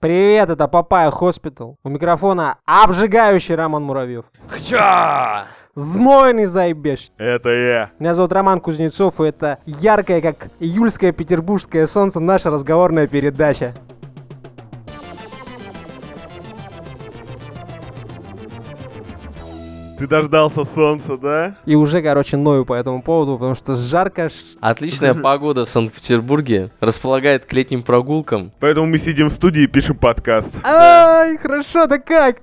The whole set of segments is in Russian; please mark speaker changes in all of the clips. Speaker 1: Привет, это Папая Хоспитал. У микрофона обжигающий Роман Муравьев.
Speaker 2: Хча!
Speaker 1: Знойный заебеш.
Speaker 2: Это я.
Speaker 1: Меня зовут Роман Кузнецов, и это яркое, как июльское петербургское солнце, наша разговорная передача.
Speaker 2: Ты дождался солнца, да?
Speaker 1: И уже, короче, ною по этому поводу, потому что жарко. ш-
Speaker 3: Отличная погода в Санкт-Петербурге располагает к летним прогулкам.
Speaker 2: Поэтому мы сидим в студии и пишем подкаст.
Speaker 1: Ай, хорошо, да как?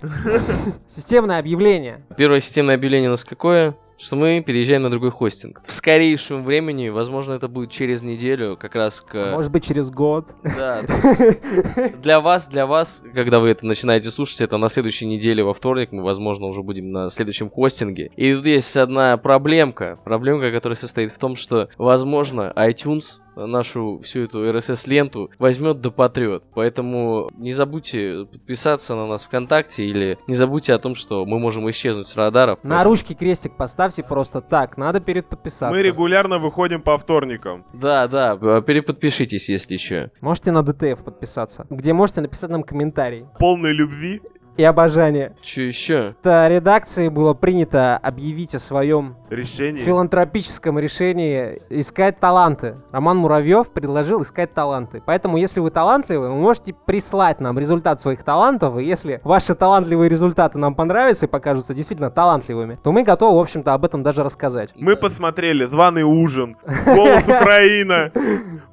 Speaker 1: Системное объявление.
Speaker 3: Первое системное объявление у нас какое? Что мы переезжаем на другой хостинг. В скорейшем времени, возможно, это будет через неделю, как раз к... э,
Speaker 1: Может быть, через год.
Speaker 3: да, то есть для вас, для вас, когда вы это начинаете слушать, это на следующей неделе во вторник, мы, возможно, уже будем на следующем хостинге. И тут есть одна проблемка, проблемка, которая состоит в том, что, возможно, iTunes нашу всю эту RSS-ленту возьмет да потрет. Поэтому не забудьте подписаться на нас ВКонтакте или не забудьте о том, что мы можем исчезнуть с радаров.
Speaker 1: На ручке крестик поставьте просто так, надо перед подписаться.
Speaker 2: Мы регулярно выходим по вторникам.
Speaker 3: Да, да, э, переподпишитесь, если еще.
Speaker 1: Можете на ДТФ подписаться, где можете написать нам комментарий
Speaker 2: Полной любви.
Speaker 1: и обожание.
Speaker 3: Че еще?
Speaker 1: Это э, редакции было принято объявить о своем
Speaker 2: Решение.
Speaker 1: филантропическом решении искать таланты. Роман Муравьев предложил искать таланты. Поэтому, если вы талантливы, вы можете прислать нам результат своих талантов. И если ваши талантливые результаты нам понравятся и покажутся действительно талантливыми, то мы готовы, в общем-то, об этом даже рассказать.
Speaker 2: Мы посмотрели «Званый ужин», «Голос Украина».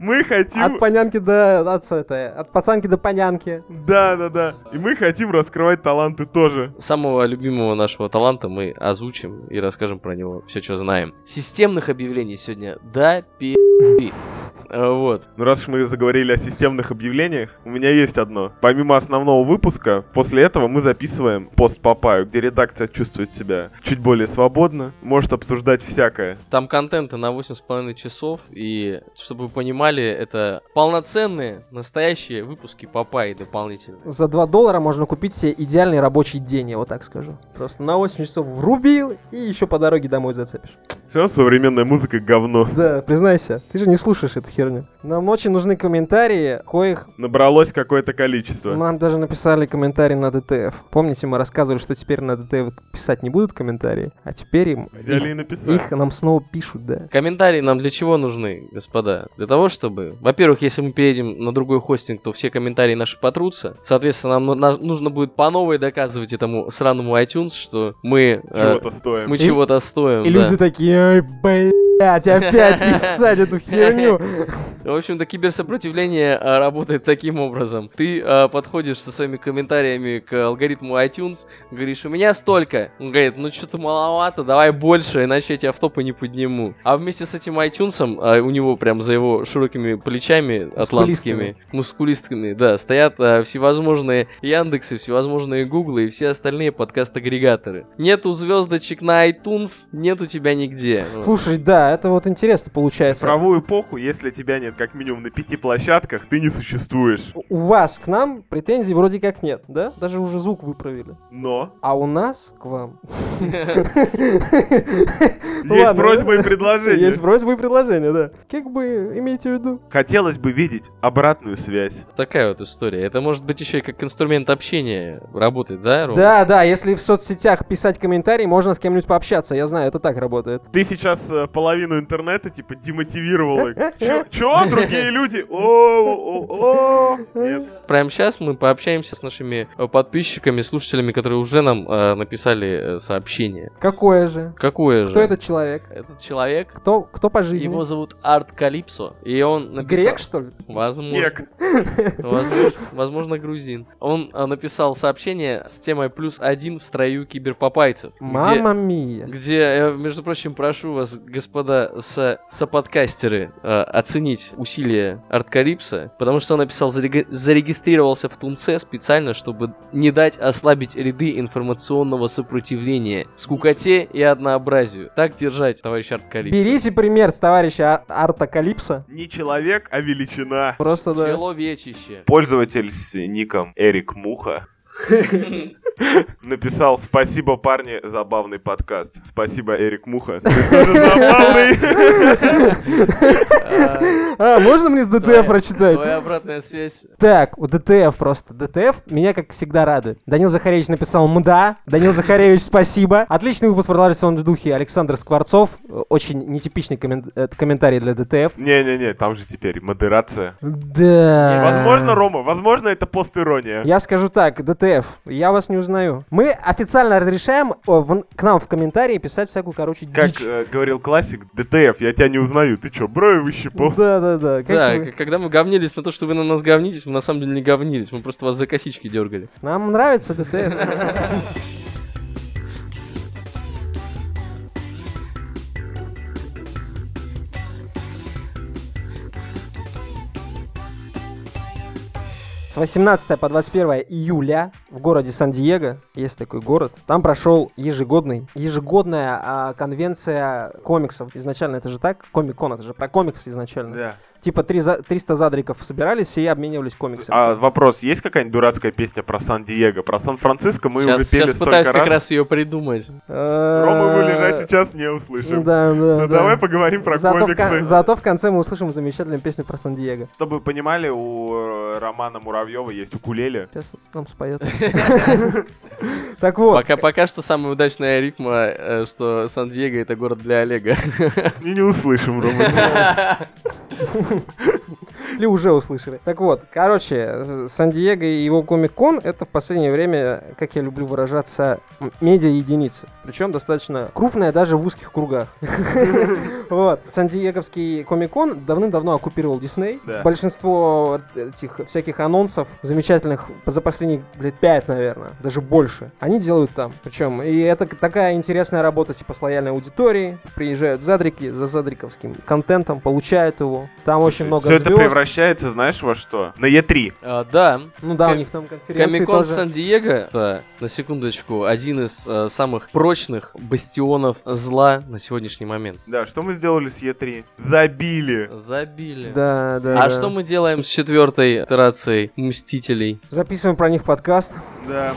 Speaker 2: Мы
Speaker 1: От
Speaker 2: хотим...
Speaker 1: понянки до... От, с- это, от пацанки до понянки.
Speaker 2: Да, да, да. И мы хотим раскрывать таланты тоже.
Speaker 3: Самого любимого нашего таланта мы озвучим и расскажем про него все, что знаем. Системных объявлений сегодня да пи. Вот.
Speaker 2: Ну, раз уж мы заговорили о системных объявлениях, у меня есть одно. Помимо основного выпуска, после этого мы записываем пост Папаю, где редакция чувствует себя чуть более свободно, может обсуждать всякое.
Speaker 3: Там контента на 8,5 часов, и, чтобы вы понимали, это полноценные, настоящие выпуски Папайи дополнительные.
Speaker 1: За 2 доллара можно купить себе идеальный рабочий день, я вот так скажу. Просто на 8 часов врубил и еще по дороге домой зацепишь.
Speaker 2: Все равно современная музыка говно.
Speaker 1: Да, признайся, ты же не слушаешь эту херню. Нам очень нужны комментарии, коих
Speaker 2: Набралось какое-то количество.
Speaker 1: нам даже написали комментарии на ДТФ. Помните, мы рассказывали, что теперь на ДТФ писать не будут комментарии, а теперь им
Speaker 2: Взяли и
Speaker 1: их,
Speaker 2: написали.
Speaker 1: их нам снова пишут, да.
Speaker 3: Комментарии нам для чего нужны, господа? Для того, чтобы... Во-первых, если мы переедем на другой хостинг, то все комментарии наши потрутся. Соответственно, нам ну- на- нужно будет по новой доказывать этому сраному iTunes, что мы... э,
Speaker 2: Чего-то стоим.
Speaker 3: Мы
Speaker 1: И-
Speaker 3: чего-то стоим.
Speaker 1: И
Speaker 3: да.
Speaker 1: люди такие, ай, блядь, опять писать эту херню.
Speaker 3: В общем-то, киберсопротивление а, работает таким образом. Ты а, подходишь со своими комментариями к алгоритму iTunes, говоришь, у меня столько. Он говорит, ну что-то маловато, давай больше, иначе я тебя в топы не подниму. А вместе с этим iTunes, а, у него прям за его широкими плечами атлантскими, мускулистками, да, стоят а, всевозможные Яндексы, всевозможные Гуглы и все остальные подкаст-агрегаторы. Нету звездочек на iTunes, нет у тебя нигде. Вот.
Speaker 1: Слушай, да, это вот интересно получается.
Speaker 2: Цифровую эпоху, если тебя нет как минимум на пяти площадках, ты не существуешь.
Speaker 1: У вас к нам претензий вроде как нет, да? Даже уже звук выправили.
Speaker 2: Но
Speaker 1: А у нас к вам
Speaker 2: есть
Speaker 1: Ладно.
Speaker 2: просьба и предложение.
Speaker 1: есть просьбы и предложения, да. Как бы имейте в виду.
Speaker 2: Хотелось бы видеть обратную связь.
Speaker 3: Такая вот история. Это может быть еще и как инструмент общения работает, да, Ром?
Speaker 1: Да, да, если в соцсетях писать комментарий, можно с кем-нибудь пообщаться. Я знаю, это так работает.
Speaker 2: Ты сейчас э, половину интернета типа демотивировал. их. Чё, чё, другие люди? О, о, о. Нет.
Speaker 3: Прямо сейчас мы пообщаемся с нашими э, подписчиками, слушателями, которые уже нам э, написали э, сообщение.
Speaker 1: Какое же?
Speaker 3: Какое же?
Speaker 1: Кто этот человек?
Speaker 3: Этот человек,
Speaker 1: Кто, кто по жизни?
Speaker 3: его зовут Арт Калипсо, и он написал...
Speaker 1: Грек, что ли?
Speaker 3: Возможно,
Speaker 2: Кек.
Speaker 3: возможно, возможно, грузин. Он э, написал сообщение с темой «Плюс один в строю киберпопайцев». где-
Speaker 1: Мама мия.
Speaker 3: Где, я, между прочим, прошу вас, господа со- соподкастеры, э, оценить усилия Арткарипса, потому что он написал, «Зареги- зарегистрировался в Тунце специально, чтобы не дать ослабить ряды информационного сопротивления, скукоте и однообразию. Так держать, товарищ Арткарипс.
Speaker 1: Берите пример с товарища Ар- Арта Калипсо.
Speaker 2: Не человек, а величина.
Speaker 1: Просто ну да.
Speaker 3: Человечище.
Speaker 2: Пользователь с ником Эрик Муха Написал «Спасибо, парни, забавный подкаст». Спасибо, Эрик Муха. Ты тоже забавный.
Speaker 1: А, можно мне с
Speaker 3: Твоя-
Speaker 1: ДТФ прочитать?
Speaker 3: Э, Твоя обратная связь.
Speaker 1: Так, у ДТФ просто. ДТФ меня, как всегда, радует. Данил Захаревич написал «Мда». Данил Захаревич, спасибо. Отличный выпуск продолжился он в духе Александр Скворцов. Э, Очень нетипичный коммен- э, комментарий для ДТФ.
Speaker 2: Не-не-не, там же теперь модерация.
Speaker 1: Да.
Speaker 2: Возможно, Рома, возможно, это пост-ирония.
Speaker 1: А. Я скажу так, ДТФ, я вас не узнаю. Мы официально разрешаем о, в- к нам в комментарии писать всякую, короче,
Speaker 2: Как
Speaker 1: дичь.
Speaker 2: э, говорил классик, ДТФ, я тебя не узнаю, ты чё, брови выщипал?
Speaker 1: Да-да-да. как
Speaker 3: да,
Speaker 1: же вы-
Speaker 3: к- когда мы говнились на то, что вы на нас говнитесь, мы на самом деле не говнились, мы просто вас за косички дергали.
Speaker 1: Нам нравится ДТФ. С 18 по 21 июля в городе Сан-Диего, есть такой город, там прошел ежегодный, ежегодная а, конвенция комиксов. Изначально это же так, комик-кон, это же про комиксы изначально.
Speaker 2: Да.
Speaker 1: Типа три за- 300 задриков собирались и обменивались комиксами.
Speaker 2: А вопрос, есть какая-нибудь дурацкая песня про Сан-Диего? Про Сан-Франциско мы
Speaker 3: сейчас
Speaker 2: уже пели
Speaker 3: сейчас пытаюсь
Speaker 2: столько
Speaker 3: как
Speaker 2: раз.
Speaker 3: раз ее придумать.
Speaker 2: Рома,
Speaker 1: Рома
Speaker 2: вы лежать сейчас не услышим.
Speaker 1: э, Да, да,
Speaker 2: Ну,
Speaker 1: да.
Speaker 2: Давай поговорим про
Speaker 1: зато в, кон-
Speaker 2: комиксы.
Speaker 1: зато в конце мы услышим замечательную песню про Сан-Диего.
Speaker 2: Чтобы вы понимали, у э, Романа Муравьева есть укулеле.
Speaker 1: Сейчас нам споет. Так вот.
Speaker 3: Пока, пока что самая удачная рифма, э, что Сан-Диего это город для Олега.
Speaker 2: И не услышим, Рома.
Speaker 3: А,
Speaker 1: Или уже услышали. Так вот, короче, с- Сан-Диего и его комик-кон — это в последнее время, как я люблю выражаться, м- медиа-единицы. Причем достаточно крупная даже в узких кругах. Вот. Сан-Диеговский комик-кон давным-давно оккупировал Дисней.
Speaker 2: Да.
Speaker 1: Большинство этих всяких анонсов замечательных за последние, блядь, пять, наверное, даже больше, они делают там. Причем, и это к- такая интересная работа, типа, с лояльной аудиторией. Приезжают задрики за задриковским контентом, получают его. Там очень много
Speaker 2: Все это
Speaker 1: звёзд.
Speaker 2: превращается, знаешь, во что? На Е3.
Speaker 3: А, да,
Speaker 1: Ну да, у
Speaker 3: Ком-
Speaker 1: них там конференции
Speaker 3: Комикон
Speaker 1: тоже.
Speaker 3: Сан-Диего, это, на секундочку, один из э, самых прочных бастионов зла на сегодняшний момент.
Speaker 2: Да, что мы сделали с Е3? Забили.
Speaker 3: Забили.
Speaker 1: Да, да.
Speaker 3: А
Speaker 1: да.
Speaker 3: что мы делаем с четвертой итерацией Мстителей?
Speaker 1: Записываем про них подкаст.
Speaker 2: Да.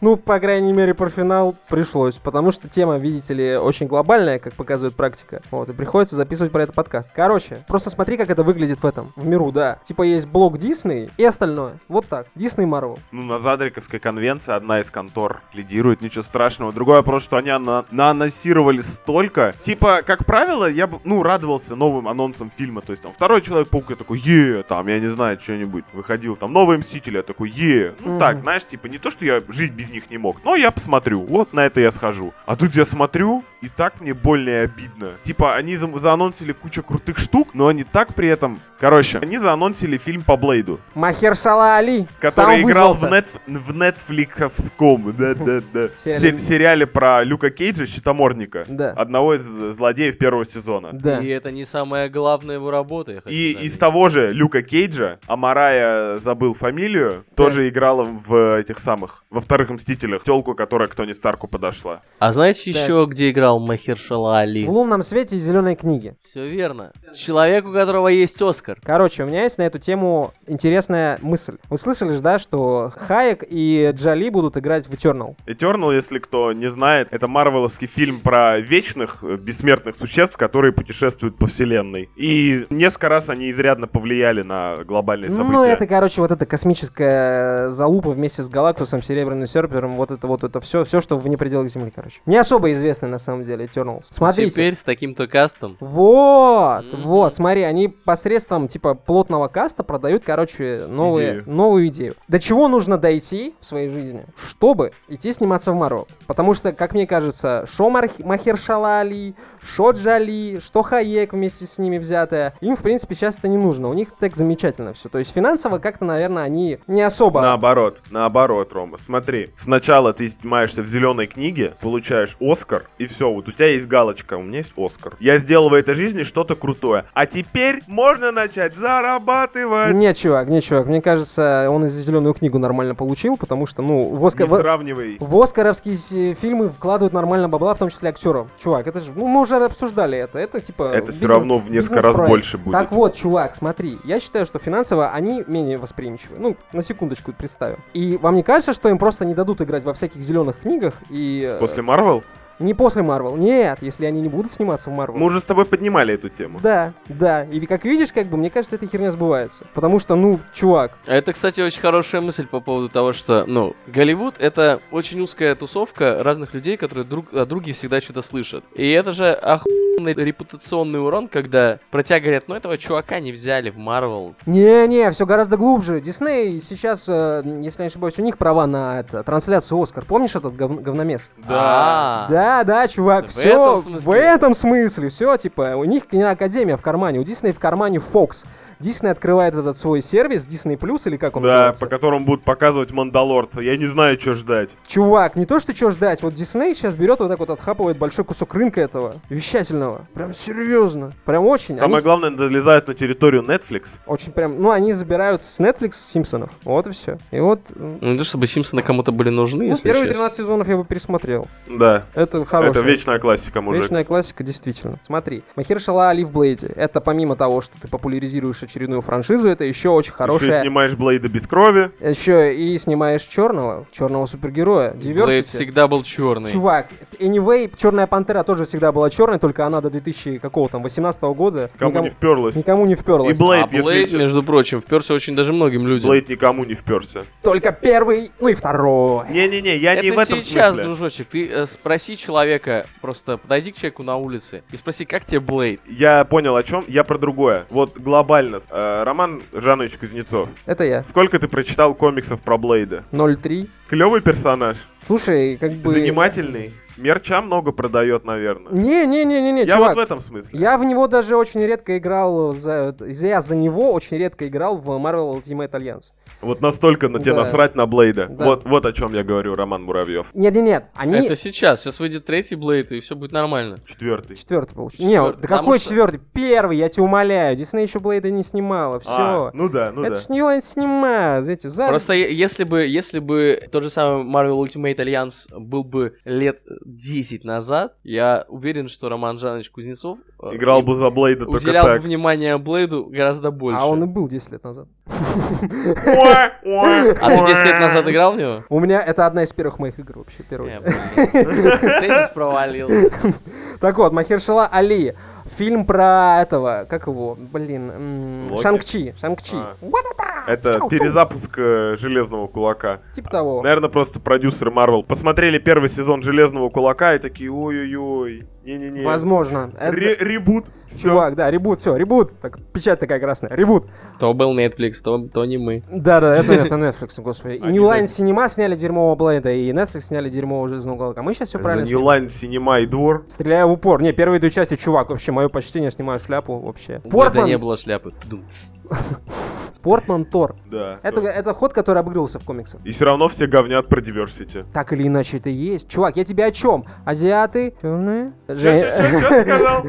Speaker 1: Ну, по крайней мере, про финал пришлось, потому что тема, видите ли, очень глобальная, как показывает практика. Вот, и приходится записывать про это подкаст. Короче, просто смотри, как это выглядит в этом, в миру, да. Типа есть блок Дисней и остальное. Вот так. Дисней Марвел.
Speaker 2: Ну, на Задриковской конвенции одна из контор лидирует, ничего страшного. Другой вопрос, что они ана- наанонсировали столько. Типа, как правило, я бы, ну, радовался новым анонсам фильма. То есть, там, второй Человек-паук, я такой, е, там, я не знаю, что-нибудь. Выходил, там, новые Мстители, я такой, е. Ну,
Speaker 1: Мгм.
Speaker 2: так, знаешь, типа, не то, что я жить без них не мог, но я посмотрю, вот на это я схожу. А тут я смотрю, и так мне больно и обидно. Типа, они за- заанонсили кучу крутых штук, но они так при этом... Короче, они заанонсили фильм по Блейду
Speaker 1: Махершала Али.
Speaker 2: который
Speaker 1: сам
Speaker 2: играл в,
Speaker 1: вызвался.
Speaker 2: нет, в нетфликсовском да, да, да.
Speaker 1: Сериале.
Speaker 2: се- сериале про Люка Кейджа, Щитоморника,
Speaker 1: Да.
Speaker 2: одного из э, злодеев первого сезона.
Speaker 1: Да.
Speaker 3: И это не самое главное его работа, я хочу
Speaker 2: И
Speaker 3: заметить.
Speaker 2: из того же Люка Кейджа, Амарая забыл фамилию, тоже играла в этих самых, во вторых Мстителях, телку, которая к Тони Старку подошла.
Speaker 3: А знаете
Speaker 1: Так.
Speaker 3: еще, где играл Махершала Али?
Speaker 1: В лунном свете и зеленой книге.
Speaker 3: Все верно. Человек, у которого есть Оскар.
Speaker 1: Короче, у меня есть на эту тему интересная мысль. Вы слышали же, да, что Хайек и Джоли будут играть в Eternal?
Speaker 2: Этернал, если кто не знает, это марвеловский фильм про вечных, э, бессмертных существ, которые путешествуют по вселенной. И несколько раз они изрядно повлияли на глобальные события.
Speaker 1: Ну, это, короче, вот эта космическая э, залупа вместе с Галактусом, Серебряным Серпером, вот это вот это все, все, что вне пределах Земли, короче. Не особо известный, на самом деле, Eternals. Смотрите.
Speaker 3: Теперь с таким-то кастом.
Speaker 1: Вот,
Speaker 3: Мгм.
Speaker 1: вот, смотри, они посредством, типа, плотного каста продают, короче, новые,
Speaker 2: Идею.
Speaker 1: новую идею. До чего нужно дойти в своей жизни, чтобы идти сниматься в Марвел? Потому что, как мне кажется, Шо Марх- Махершала Али, Шо Джали, Что Хаек вместе с ними взятая, им, в принципе, сейчас это не нужно. У них так замечательно все. То есть финансово как-то, наверное, они не особо...
Speaker 2: Наоборот, наоборот, Рома. Смотри, сначала ты снимаешься в зеленой книге, получаешь Оскар, и все, вот у тебя есть галочка, у меня есть Оскар. Я сделал в этой жизни что-то крутое. А теперь можно начать зарабатывать.
Speaker 1: Нет, чувак, не, чувак, мне кажется, он и за зеленую книгу нормально получил, потому что, ну, в Оскар...
Speaker 2: Не
Speaker 1: в-
Speaker 2: сравнивай.
Speaker 1: В оскаровские с- фильмы вкладывают нормально бабла, в том числе актеров. Чувак, это же, ну, мы уже обсуждали это. Это типа...
Speaker 2: Это все
Speaker 1: бизнес-
Speaker 2: равно в несколько раз
Speaker 1: бизнес-проект.
Speaker 2: больше будет.
Speaker 1: Так вот, чувак, смотри, я считаю, что финансово они менее восприимчивы. Ну, на секундочку представим. И вам не кажется, что им просто не дадут играть во всяких зеленых книгах и... э,
Speaker 2: После Марвел?
Speaker 1: Не после Марвел, нет, если они не будут сниматься в Марвел.
Speaker 2: Мы уже с тобой поднимали эту тему.
Speaker 1: Да, да. И как видишь, как бы, мне кажется, эта херня сбывается. Потому что, ну, чувак,
Speaker 3: А Это, кстати, очень хорошая мысль по поводу того, что, ну, Голливуд — это очень узкая тусовка разных людей, которые друг о друге всегда что-то слышат. И это же охуенный репутационный урон, когда про тебя говорят, ну, этого чувака не взяли в Марвел.
Speaker 1: не-не, все гораздо глубже. Дисней сейчас, э, если я не ошибаюсь, у них права на это, трансляцию Оскар. Помнишь этот гов- говномес?
Speaker 3: А.
Speaker 1: Да, да, чувак,
Speaker 3: В
Speaker 1: все.
Speaker 3: этом смысле?
Speaker 1: В этом смысле, все, типа, у них киноакадемия в кармане, у Дисней в кармане Fox. Дисней открывает этот свой сервис, Дисней Плюс или как он
Speaker 2: Да,
Speaker 1: называется?
Speaker 2: по которому будут показывать Мандалорца. Я не знаю, что ждать.
Speaker 1: Чувак, не то что чего ждать, вот Дисней сейчас берет вот так вот отхапывает большой кусок рынка этого, вещательного. Прям серьезно, прям очень. Они
Speaker 2: Самое
Speaker 1: с-
Speaker 2: главное, залезают на территорию Netflix.
Speaker 1: Очень прям, ну они забирают с Netflix Симпсонов, вот и все. И вот, м,
Speaker 3: Ну, не то, чтобы Симпсоны кому-то были нужны,
Speaker 1: ну,
Speaker 3: если
Speaker 1: первые
Speaker 3: честно.
Speaker 1: 13 сезонов я бы пересмотрел.
Speaker 2: Да.
Speaker 1: Это хорошая.
Speaker 2: Это вечная классика, мужик.
Speaker 1: Вечная классика, действительно. Смотри, Махершала Али в Блейде. Это помимо того, что ты популяризируешь очередную франшизу, это еще очень
Speaker 2: Еще и
Speaker 1: хорошая...
Speaker 2: снимаешь Блейда без крови.
Speaker 1: Еще и снимаешь черного, черного супергероя.
Speaker 3: Блэйд
Speaker 1: Diversity.
Speaker 3: всегда был черный.
Speaker 1: Чувак, anyway, Черная Пантера тоже всегда была черной, только она до 2000 какого там, 18 года
Speaker 2: Кому
Speaker 1: никому,
Speaker 2: не вперлось.
Speaker 1: никому не
Speaker 2: И
Speaker 1: вперлась.
Speaker 3: А
Speaker 2: Блейд, если...
Speaker 3: Блэйд,
Speaker 2: чё-
Speaker 3: между прочим, вперся очень даже многим людям.
Speaker 2: Блейд никому не вперся.
Speaker 1: Только первый, ну и второй.
Speaker 2: Не-не-не, я не
Speaker 3: это
Speaker 2: в этом
Speaker 3: сейчас,
Speaker 2: смысле.
Speaker 3: дружочек, ты э, спроси человека, просто подойди к человеку на улице и спроси, как тебе Блейд?
Speaker 2: Я понял о чем, я про другое. Вот глобально, э, Роман Жанович Кузнецов,
Speaker 1: Это я.
Speaker 2: сколько ты прочитал комиксов про Блейда?
Speaker 1: 0-3.
Speaker 2: Клевый персонаж,
Speaker 1: Слушай, как бы...
Speaker 2: занимательный, мерча много продает, наверное.
Speaker 1: Не-не-не-не-не,
Speaker 2: я
Speaker 1: чувак.
Speaker 2: вот в этом смысле.
Speaker 1: Я в него даже очень редко играл, за, я за него очень редко играл в Marvel Ultimate Alliance.
Speaker 2: Вот настолько на тебя
Speaker 1: Да.
Speaker 2: насрать на Блейда.
Speaker 1: Да.
Speaker 2: Вот, вот о чем я говорю, Роман Муравьев.
Speaker 1: Нет-нет-нет, они...
Speaker 3: Это сейчас, сейчас выйдет третий Блейд, и все будет нормально.
Speaker 2: Четвертый.
Speaker 1: Четвертый получился. Не,
Speaker 3: Четвертый,
Speaker 1: да
Speaker 3: потому
Speaker 1: какой
Speaker 3: что-
Speaker 1: четвертый? Первый, я тебя умоляю. Дисней еще Блейда не снимала, все.
Speaker 2: А, ну да, ну
Speaker 1: это
Speaker 2: да.
Speaker 1: ж не он снимает, знаете, за...
Speaker 3: Просто е- если бы, если бы тот же самый Marvel Ultimate Alliance был бы лет 10 назад, я уверен, что Роман Жанович Кузнецов э,
Speaker 2: Играл
Speaker 3: им
Speaker 2: бы за Блейда только
Speaker 3: уделял бы
Speaker 2: так.
Speaker 3: внимание Блейду гораздо больше.
Speaker 1: А он и был 10 лет назад.
Speaker 3: А ты 10 лет назад играл в него?
Speaker 1: У меня это одна из первых моих игр вообще, первая.
Speaker 3: Э, блин. Тезис провалился.
Speaker 1: Так вот, Махершала Али. Фильм про этого, как его, блин, м,
Speaker 2: Локи?
Speaker 1: Шанг-Чи. Шанг-Чи.
Speaker 2: А.
Speaker 1: Вот это!
Speaker 2: Это перезапуск э, Железного Кулака.
Speaker 1: Типа того.
Speaker 2: Наверное, просто продюсеры Марвел посмотрели первый сезон Железного Кулака и такие, ой-ой-ой, не-не-не.
Speaker 1: Возможно. Это-
Speaker 2: Ре- Ребут, все.
Speaker 1: Чувак, да, ребут, все, ребут. Так, печать такая красная. Ребут.
Speaker 3: То был Netflix, то, то не мы.
Speaker 1: Да, да, это, это Netflix, господи. И New Line
Speaker 2: Обязательно.
Speaker 1: Cinema сняли дерьмового Блейда, и Netflix сняли дерьмового Железного Кулака. Мы сейчас все
Speaker 2: За
Speaker 1: правильно
Speaker 2: New
Speaker 1: снимем.
Speaker 2: Line, Cinema и Двор.
Speaker 1: Стреляю в упор. Не, первые две части, чувак, вообще, мое почтение, снимаю шляпу вообще.
Speaker 3: У Блейда
Speaker 1: Портман,
Speaker 3: не было шляпы. Тудум, тс.
Speaker 1: Портман Тор.
Speaker 2: Да.
Speaker 1: Это,
Speaker 2: то-
Speaker 1: это ход, который обыгрывался в комиксах.
Speaker 2: И все равно все говнят про диверсити.
Speaker 1: Так или иначе это и есть. Чувак, я тебе о чем? Азиаты, черные,
Speaker 2: Че, че, че, че ты сказал?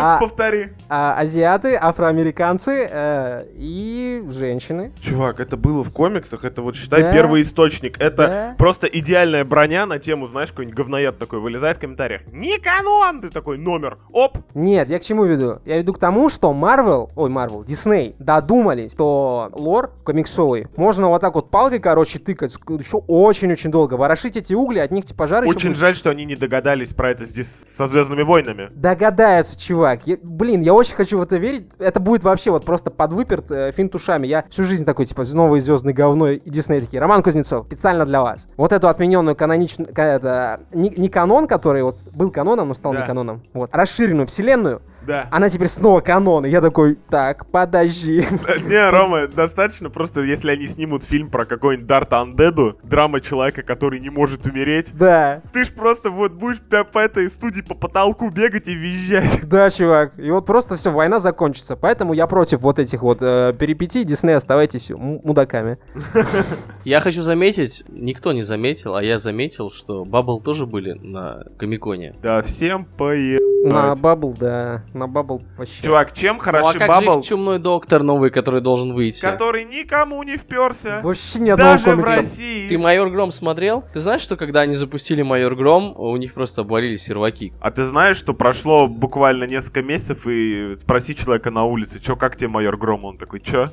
Speaker 1: А.
Speaker 2: повтори.
Speaker 1: азиаты, афроамериканцы э, и женщины.
Speaker 2: Чувак, это было в комиксах, это вот считай
Speaker 1: Да.
Speaker 2: первый источник. Это
Speaker 1: Да.
Speaker 2: просто идеальная броня на тему, знаешь, какой-нибудь говноед такой вылезает в комментариях. Не канон! Ты такой номер. Оп!
Speaker 1: Нет, я к чему веду? Я веду к тому, что Марвел, ой, Марвел, Дисней додумались, что лор комиксовый можно вот так вот палкой, короче, тыкать еще очень-очень долго. Ворошить эти угли, от них типа жары ещё
Speaker 2: Очень
Speaker 1: будет.
Speaker 2: жаль, что они не догадались про это здесь со Звездными войнами.
Speaker 1: Догадаются, чувак. Я- блин, я очень хочу в это верить. Это будет вообще вот просто подвыперт э, финт ушами. Я всю жизнь такой, типа, новый звездный говно и Дисней такие. Роман Кузнецов, специально для вас. Вот эту отмененную каноничную... ка- это, не, не канон, который вот был каноном, но стал
Speaker 2: Да.
Speaker 1: не каноном. Вот. Расширенную вселенную.
Speaker 2: Да.
Speaker 1: Она теперь снова канон. И я такой, так, подожди.
Speaker 2: Не, Рома, достаточно просто, если они снимут фильм про какой-нибудь Дарта Андеду, драма человека, который не может умереть.
Speaker 1: Да.
Speaker 2: Ты ж просто вот будешь по по этой студии по потолку бегать и визжать.
Speaker 1: Да, чувак. И вот просто все, война закончится. Поэтому я против вот этих вот э, перипетий. Дисней, оставайтесь м- мудаками.
Speaker 3: Я хочу заметить, никто не заметил, а я заметил, что Баббл тоже были на Комиконе.
Speaker 2: Да всем поебать.
Speaker 1: На
Speaker 2: Давайте.
Speaker 1: бабл, да. На бабл вообще.
Speaker 2: Чувак, чем
Speaker 3: Ну, а
Speaker 2: хороши
Speaker 3: как же
Speaker 2: бабл,
Speaker 3: их чумной доктор новый, который должен выйти?
Speaker 2: который никому не вперся?
Speaker 1: Вообще ни одного
Speaker 2: Даже в
Speaker 1: комикса.
Speaker 2: России.
Speaker 3: Ты «Майор Гром» смотрел? Ты знаешь, что когда они запустили «Майор Гром», у них просто болели серваки?
Speaker 2: А ты знаешь, что прошло буквально несколько месяцев, и спроси человека на улице, чё, как тебе майор Гром? Он такой, чё?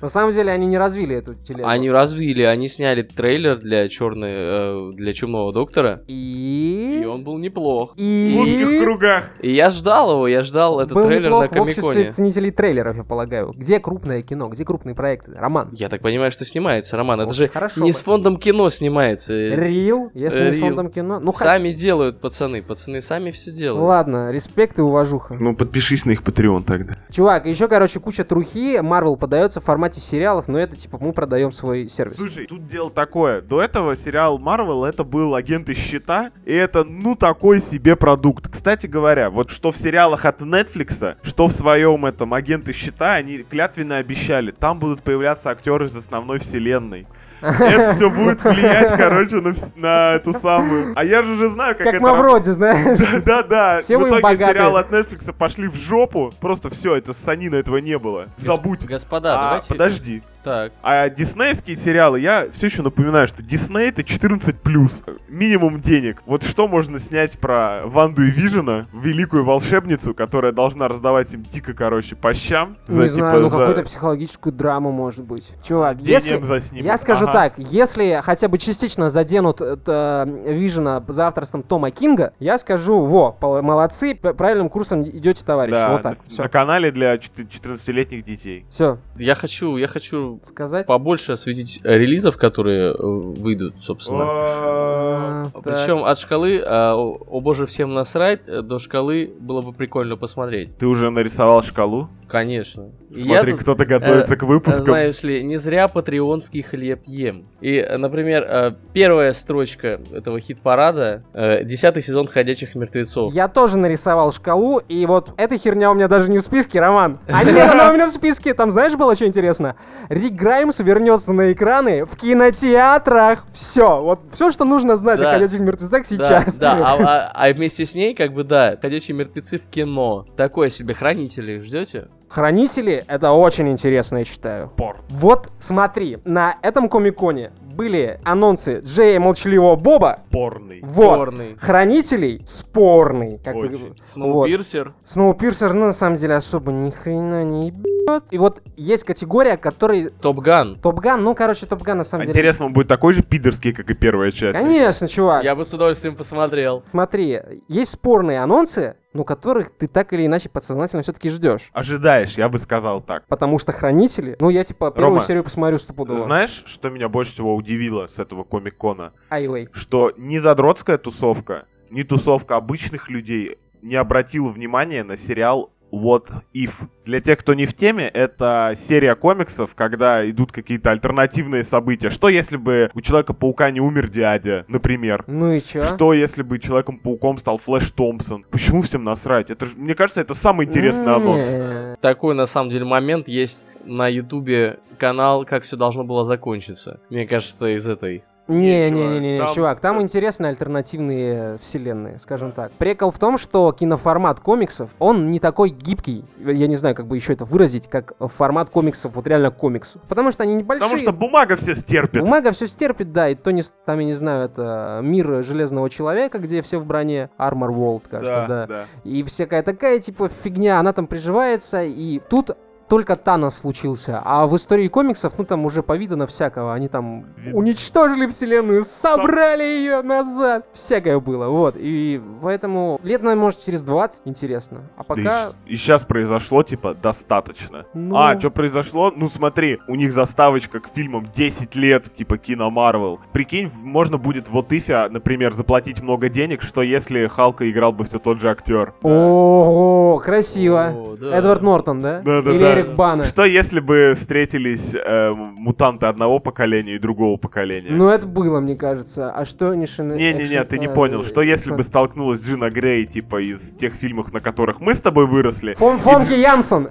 Speaker 1: На самом деле они не развили эту телегу.
Speaker 3: Они развили, они сняли трейлер для черной, э, для чумного доктора,
Speaker 1: И...
Speaker 3: и он был неплох.
Speaker 2: В узких кругах.
Speaker 3: И я ждал его, я ждал этот
Speaker 1: был
Speaker 3: трейлер на
Speaker 1: неплох в обществе
Speaker 3: Комиконе.
Speaker 1: ценителей трейлеров, я полагаю. Где крупное кино, где крупные проекты? Роман.
Speaker 3: Я так понимаю, что снимается, Роман. Это
Speaker 1: Очень
Speaker 3: же
Speaker 1: хорошо
Speaker 3: не
Speaker 1: бы.
Speaker 3: с фондом кино снимается.
Speaker 1: Рил, если не с
Speaker 3: Рил.
Speaker 1: фондом кино. Ну, хотя-
Speaker 3: сами делают, пацаны. Пацаны сами все делают.
Speaker 1: Ладно, респект и уважуха.
Speaker 2: Ну, подпишись на их Patreon тогда.
Speaker 1: Чувак, еще, короче, куча трухи. Марвел подается в формате сериалов, но это, типа, мы продаем свой сервис.
Speaker 2: Слушай, тут дело такое. До этого сериал Марвел это был агенты щита, и это ну такой себе продукт. Кстати говоря, вот что в сериалах от Netflix, что в своем этом агенты щита, они клятвенно обещали, там будут появляться актеры из основной вселенной. Это все будет влиять, короче, на, вс- на эту самую. А я же уже знаю, как,
Speaker 1: Как
Speaker 2: это работает.
Speaker 1: Мавроди, знаешь?
Speaker 2: Да, да.
Speaker 1: Все
Speaker 2: в
Speaker 1: будем
Speaker 2: итоге
Speaker 1: богаты.
Speaker 2: сериалы от Netflix пошли в жопу. Просто все, это санина этого не было.
Speaker 3: Гос-
Speaker 2: Забудь.
Speaker 3: Господа,
Speaker 2: А,
Speaker 3: давайте...
Speaker 2: Подожди.
Speaker 3: Так.
Speaker 2: А диснейские сериалы, я все еще напоминаю, что Дисней это 14 плюс. Минимум денег. Вот что можно снять про Ванду и Вижена, великую волшебницу, которая должна раздавать им дико, короче, по щам.
Speaker 1: Не знаю,
Speaker 2: типа,
Speaker 1: ну
Speaker 2: за
Speaker 1: какую-то психологическую драму, может быть. Чувак,
Speaker 2: денег
Speaker 1: если...
Speaker 2: за снимок.
Speaker 1: Я скажу
Speaker 2: Ага.
Speaker 1: так, если хотя бы частично заденут э, э, Вижена за авторством Тома Кинга, я скажу, во, пол- молодцы, п- правильным курсом идете, товарищи.
Speaker 2: Да,
Speaker 1: вот так,
Speaker 2: на,
Speaker 1: все.
Speaker 2: на канале для чет- 14-летних детей.
Speaker 1: Все,
Speaker 3: Я хочу, я хочу
Speaker 1: сказать?
Speaker 3: побольше осветить э, релизов, которые э, выйдут, собственно.
Speaker 2: О,
Speaker 1: А, так.
Speaker 3: Причем от шкалы, а, о, о боже, всем насрать, э, до шкалы было бы прикольно посмотреть.
Speaker 2: Ты уже нарисовал шкалу?
Speaker 3: Конечно. И я
Speaker 2: Смотри,
Speaker 3: тут,
Speaker 2: кто-то готовится к
Speaker 3: э,
Speaker 2: выпуску.
Speaker 3: Знаешь ли, не зря патреонский хлеб ем. И, э, например, э, первая строчка этого хит-парада э, десятый сезон «Ходячих мертвецов».
Speaker 1: Я тоже нарисовал шкалу, и вот эта херня у меня даже не в списке, Роман. А нет, она у меня в списке. Там знаешь, было что интересно? Рик Граймс вернется на экраны в кинотеатрах. Все, вот все, что нужно знать
Speaker 3: Да.
Speaker 1: о «Ходячих мертвецах»
Speaker 3: Да,
Speaker 1: сейчас.
Speaker 3: да, а, а- а вместе с ней, как бы, да, «Ходячие мертвецы» в кино. Такое себе хранители ждете?
Speaker 1: Хранители — это очень интересно, я считаю.
Speaker 2: Порт.
Speaker 1: Вот смотри, на этом комиконе были анонсы Джея Молчаливого Боба.
Speaker 2: Порный.
Speaker 1: Вот.
Speaker 3: Порный.
Speaker 1: Хранителей спорный. Как вы-
Speaker 2: Очень.
Speaker 3: Сноубирсер.
Speaker 1: Сноупирсер, ну, на самом деле, особо ни хрена не ебет. И вот есть категория, которой
Speaker 3: Топ Ган.
Speaker 1: Топган, ну, короче, Топган на самом деле...
Speaker 2: Интересно, он будет такой же пидорский, как и первая часть.
Speaker 1: Конечно, чувак.
Speaker 3: Я бы с удовольствием посмотрел.
Speaker 1: Смотри, есть спорные анонсы, ну, которых ты так или иначе подсознательно все-таки ждешь.
Speaker 2: Ожидаешь, я бы сказал так.
Speaker 1: Потому что хранители... Ну, я, типа, первую
Speaker 2: Рома,
Speaker 1: серию посмотрю стопудово.
Speaker 2: Знаешь, что меня больше всего удивило с этого комик-кона?
Speaker 1: Айвей.
Speaker 2: Что ни задротская тусовка, ни тусовка обычных людей не обратила внимания на сериал What If. Для тех, кто не в теме, это серия комиксов, когда идут какие-то альтернативные события. Что если бы у Человека-паука не умер дядя, например?
Speaker 1: Ну и чё?
Speaker 2: Что если бы Человеком-пауком стал Флэш Томпсон? Почему всем насрать? Это, ж- мне кажется, это самый интересный анонс.
Speaker 1: М-м.
Speaker 3: Такой, на самом деле, момент есть на Ютубе канал «Как все должно было закончиться». Мне кажется, из этой.
Speaker 2: Не,
Speaker 1: Не-не-не,
Speaker 2: чувак,
Speaker 1: чувак, там
Speaker 2: там-
Speaker 1: интересные альтернативные вселенные, скажем так. Прикол в том, что киноформат комиксов, он не такой гибкий, я не знаю, как бы еще это выразить, как формат комиксов, вот реально комиксов. Потому что они небольшие.
Speaker 2: Потому что бумага все стерпит.
Speaker 1: Бумага все стерпит, да, и то не, с- там, я не знаю, это мир Железного Человека, где все в броне, Armor World, кажется, да.
Speaker 2: да.
Speaker 1: И всякая такая, типа, фигня, она там приживается, и тут только Танос случился. А в истории комиксов, ну, там уже повидано всякого. Они там
Speaker 2: Вид-
Speaker 1: уничтожили вселенную, собрали ее назад. Всякое было, вот. И поэтому лет, наверное, может, через 20 интересно. А пока...
Speaker 2: Да и, сейчас произошло, типа, достаточно.
Speaker 1: Ну...
Speaker 2: А, что произошло? Ну смотри, у них заставочка к фильмам 10 лет, типа кино Марвел. Прикинь, в- можно будет вот Ифе, например, заплатить много денег, что если Халка играл бы все тот же актер.
Speaker 1: Ого, красиво.
Speaker 3: О, да.
Speaker 1: Эдвард Нортон, да?
Speaker 2: Да-да-да.
Speaker 1: Или Эрик Бана.
Speaker 2: Что если бы встретились э, мутанты одного поколения и другого поколения?
Speaker 1: Ну, это было, мне кажется. А что не шины...
Speaker 2: Не-не-не,
Speaker 1: экшен-
Speaker 2: ты не
Speaker 1: а,
Speaker 2: понял.
Speaker 1: э,
Speaker 2: Что если
Speaker 1: экшен-
Speaker 2: бы столкнулась Джина Грей, типа, из тех фильмов, на которых мы с тобой выросли?
Speaker 1: Фом Фомки Янсен.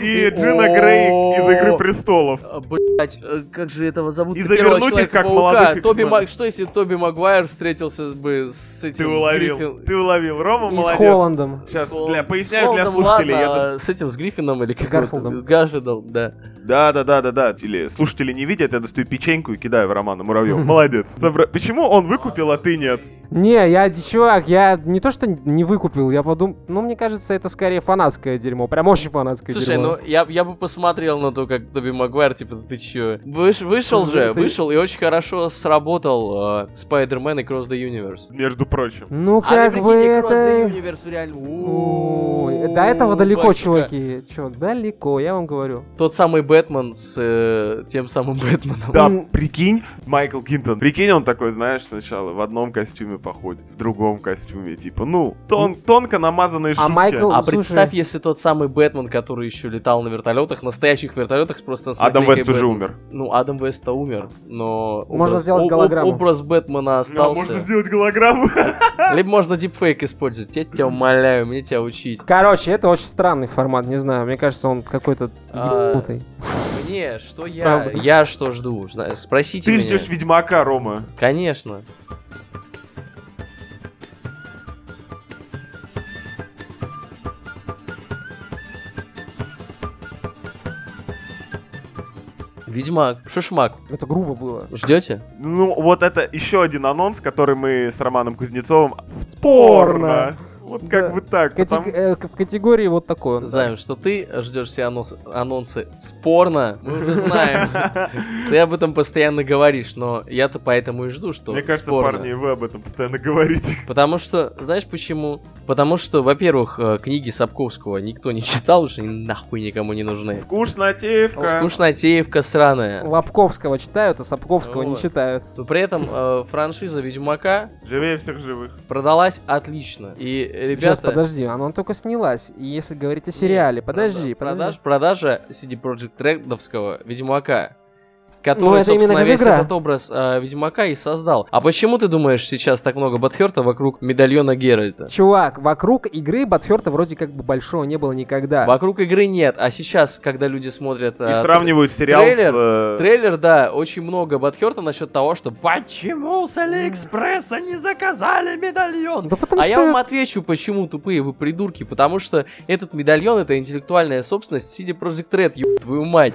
Speaker 2: и Джина Грей из «Игры престолов».
Speaker 3: А, Блять, э, как же этого зовут?
Speaker 2: И завернуть их, как молодых
Speaker 3: Тоби
Speaker 2: Иксменов.
Speaker 3: Ма- Что если Тоби Магуайр встретился бы с этим...
Speaker 2: Ты
Speaker 3: с
Speaker 2: уловил,
Speaker 3: Гриффин-
Speaker 2: ты уловил. Рома,
Speaker 1: И с
Speaker 2: молодец.
Speaker 1: Холландом.
Speaker 2: Сейчас
Speaker 3: с Хол-
Speaker 2: для,
Speaker 3: с
Speaker 2: поясняю для
Speaker 3: Холландом,
Speaker 2: слушателей. я
Speaker 3: ладно,
Speaker 2: дос-
Speaker 3: а С этим, с Гриффином или как
Speaker 1: Гарфилдом.
Speaker 3: Гарфилдом, да.
Speaker 2: Да, да, да, да, да. Или слушатели не видят, я достаю печеньку и кидаю в Романа Муравьева. Молодец. Забра- Почему он выкупил, а ты нет?
Speaker 1: Не, я, чувак, я не то что не выкупил, я подумал, ну, мне кажется, это скорее фанатское дерьмо, прям очень фанатское
Speaker 3: Слушай,
Speaker 1: дерьмо.
Speaker 3: ну я, я бы посмотрел на то, как Тоби Магуайр, типа, ты чё? Выш- вышел
Speaker 1: Слушай,
Speaker 3: же,
Speaker 1: ты-
Speaker 3: вышел и очень хорошо сработал э, Spider-Man и Cross the Universe.
Speaker 2: Между прочим.
Speaker 1: Ну,
Speaker 3: А вы
Speaker 1: как бы
Speaker 3: прикиньте, Cross the
Speaker 1: это...
Speaker 3: Universe реально...
Speaker 1: Ой,
Speaker 3: у-у-у,
Speaker 1: До этого далеко,
Speaker 3: батюшка.
Speaker 1: чуваки. Чувак, далеко, я вам говорю.
Speaker 3: Тот самый Бэтмен с э, тем самым Бэтменом.
Speaker 2: Да,
Speaker 1: Он-
Speaker 2: прикинь, Ну, Майкл Кинтон. Прикинь, он такой, знаешь, сначала в одном костюме походит, в другом костюме, типа, ну, тон- тонко намазанные шутки. Ну,
Speaker 1: Майкл-
Speaker 3: А
Speaker 1: слушай.
Speaker 3: представь, если тот самый Бэтмен, который еще летал на вертолетах, настоящих вертолетах, просто с
Speaker 2: Адам
Speaker 3: наклейкой
Speaker 2: Вест уже
Speaker 3: Бэтмен.
Speaker 2: умер.
Speaker 3: Ну, Адам Вест-то умер, но...
Speaker 1: Можно
Speaker 3: образ-
Speaker 1: сделать
Speaker 3: о- о-
Speaker 1: голограмму.
Speaker 3: Образ Бэтмена
Speaker 2: Ну, а
Speaker 3: остался.
Speaker 2: можно сделать голограмму?
Speaker 3: Либо можно дипфейк использовать. Я тебя умоляю, мне тебя учить.
Speaker 1: Короче, это очень странный формат, не знаю, мне кажется, он какой-то
Speaker 3: А,
Speaker 1: ебанутый.
Speaker 3: Мне, что я?
Speaker 1: Правда.
Speaker 3: Я что жду? Зна- Спросите
Speaker 2: Ты
Speaker 3: меня.
Speaker 2: ждешь Ведьмака, Рома.
Speaker 3: Конечно. Ведьмак, шишмак,
Speaker 1: Это грубо было.
Speaker 3: ждете?
Speaker 2: Ну, вот это еще один анонс, который мы с Романом Кузнецовым...
Speaker 1: Спорно.
Speaker 2: Спорно! Вот
Speaker 1: Да.
Speaker 2: как бы
Speaker 3: А
Speaker 2: так.
Speaker 1: Кати-
Speaker 2: потому-
Speaker 1: э, к- в категории вот такой он. да.
Speaker 3: Знаем, что ты ждешь все анонс- анонсы спорно, мы уже знаем. Ты об этом постоянно говоришь, но я-то поэтому и жду, что
Speaker 2: Мне кажется,
Speaker 3: спорно.
Speaker 2: парни, вы об этом постоянно говорите.
Speaker 3: Потому что, знаешь почему? Потому что, во-первых, э, книги Сапковского никто не читал, уж они нахуй никому не нужны.
Speaker 2: Скучнотеевка.
Speaker 3: Скучнотеевка сраная.
Speaker 1: Лобковского читают, а Сапковского не
Speaker 3: Вот.
Speaker 1: читают.
Speaker 3: Но при этом э, франшиза Ведьмака
Speaker 2: Живее всех живых.
Speaker 3: продалась отлично. И, э, ребята... ну,
Speaker 1: Сейчас, подожди, она только снялась. И если говорить о сериале,
Speaker 3: Нет,
Speaker 1: подожди,
Speaker 3: прода-
Speaker 1: подожди.
Speaker 3: Продажа, продажа CD Projekt Редовского Ведьмака, который,
Speaker 1: Ну, это
Speaker 3: собственно,
Speaker 1: именно как
Speaker 3: весь
Speaker 1: игра.
Speaker 3: этот образ э, Ведьмака и создал. А почему ты думаешь сейчас так много Батхерта вокруг медальона Геральта?
Speaker 1: Чувак, вокруг игры Батхерта вроде как бы большого не было никогда.
Speaker 3: Вокруг игры нет, а сейчас, когда люди смотрят...
Speaker 2: И
Speaker 3: э, тр-
Speaker 2: сравнивают сериал
Speaker 3: трейлер-
Speaker 2: с... э,
Speaker 3: Трейлер, да, очень много Батхерта насчет того, что почему с Алиэкспресса не заказали медальон?
Speaker 1: Да потому
Speaker 3: а
Speaker 1: что...
Speaker 3: я вам отвечу, почему тупые вы придурки. Потому что этот медальон это интеллектуальная собственность CD Project Red, ёб твою мать.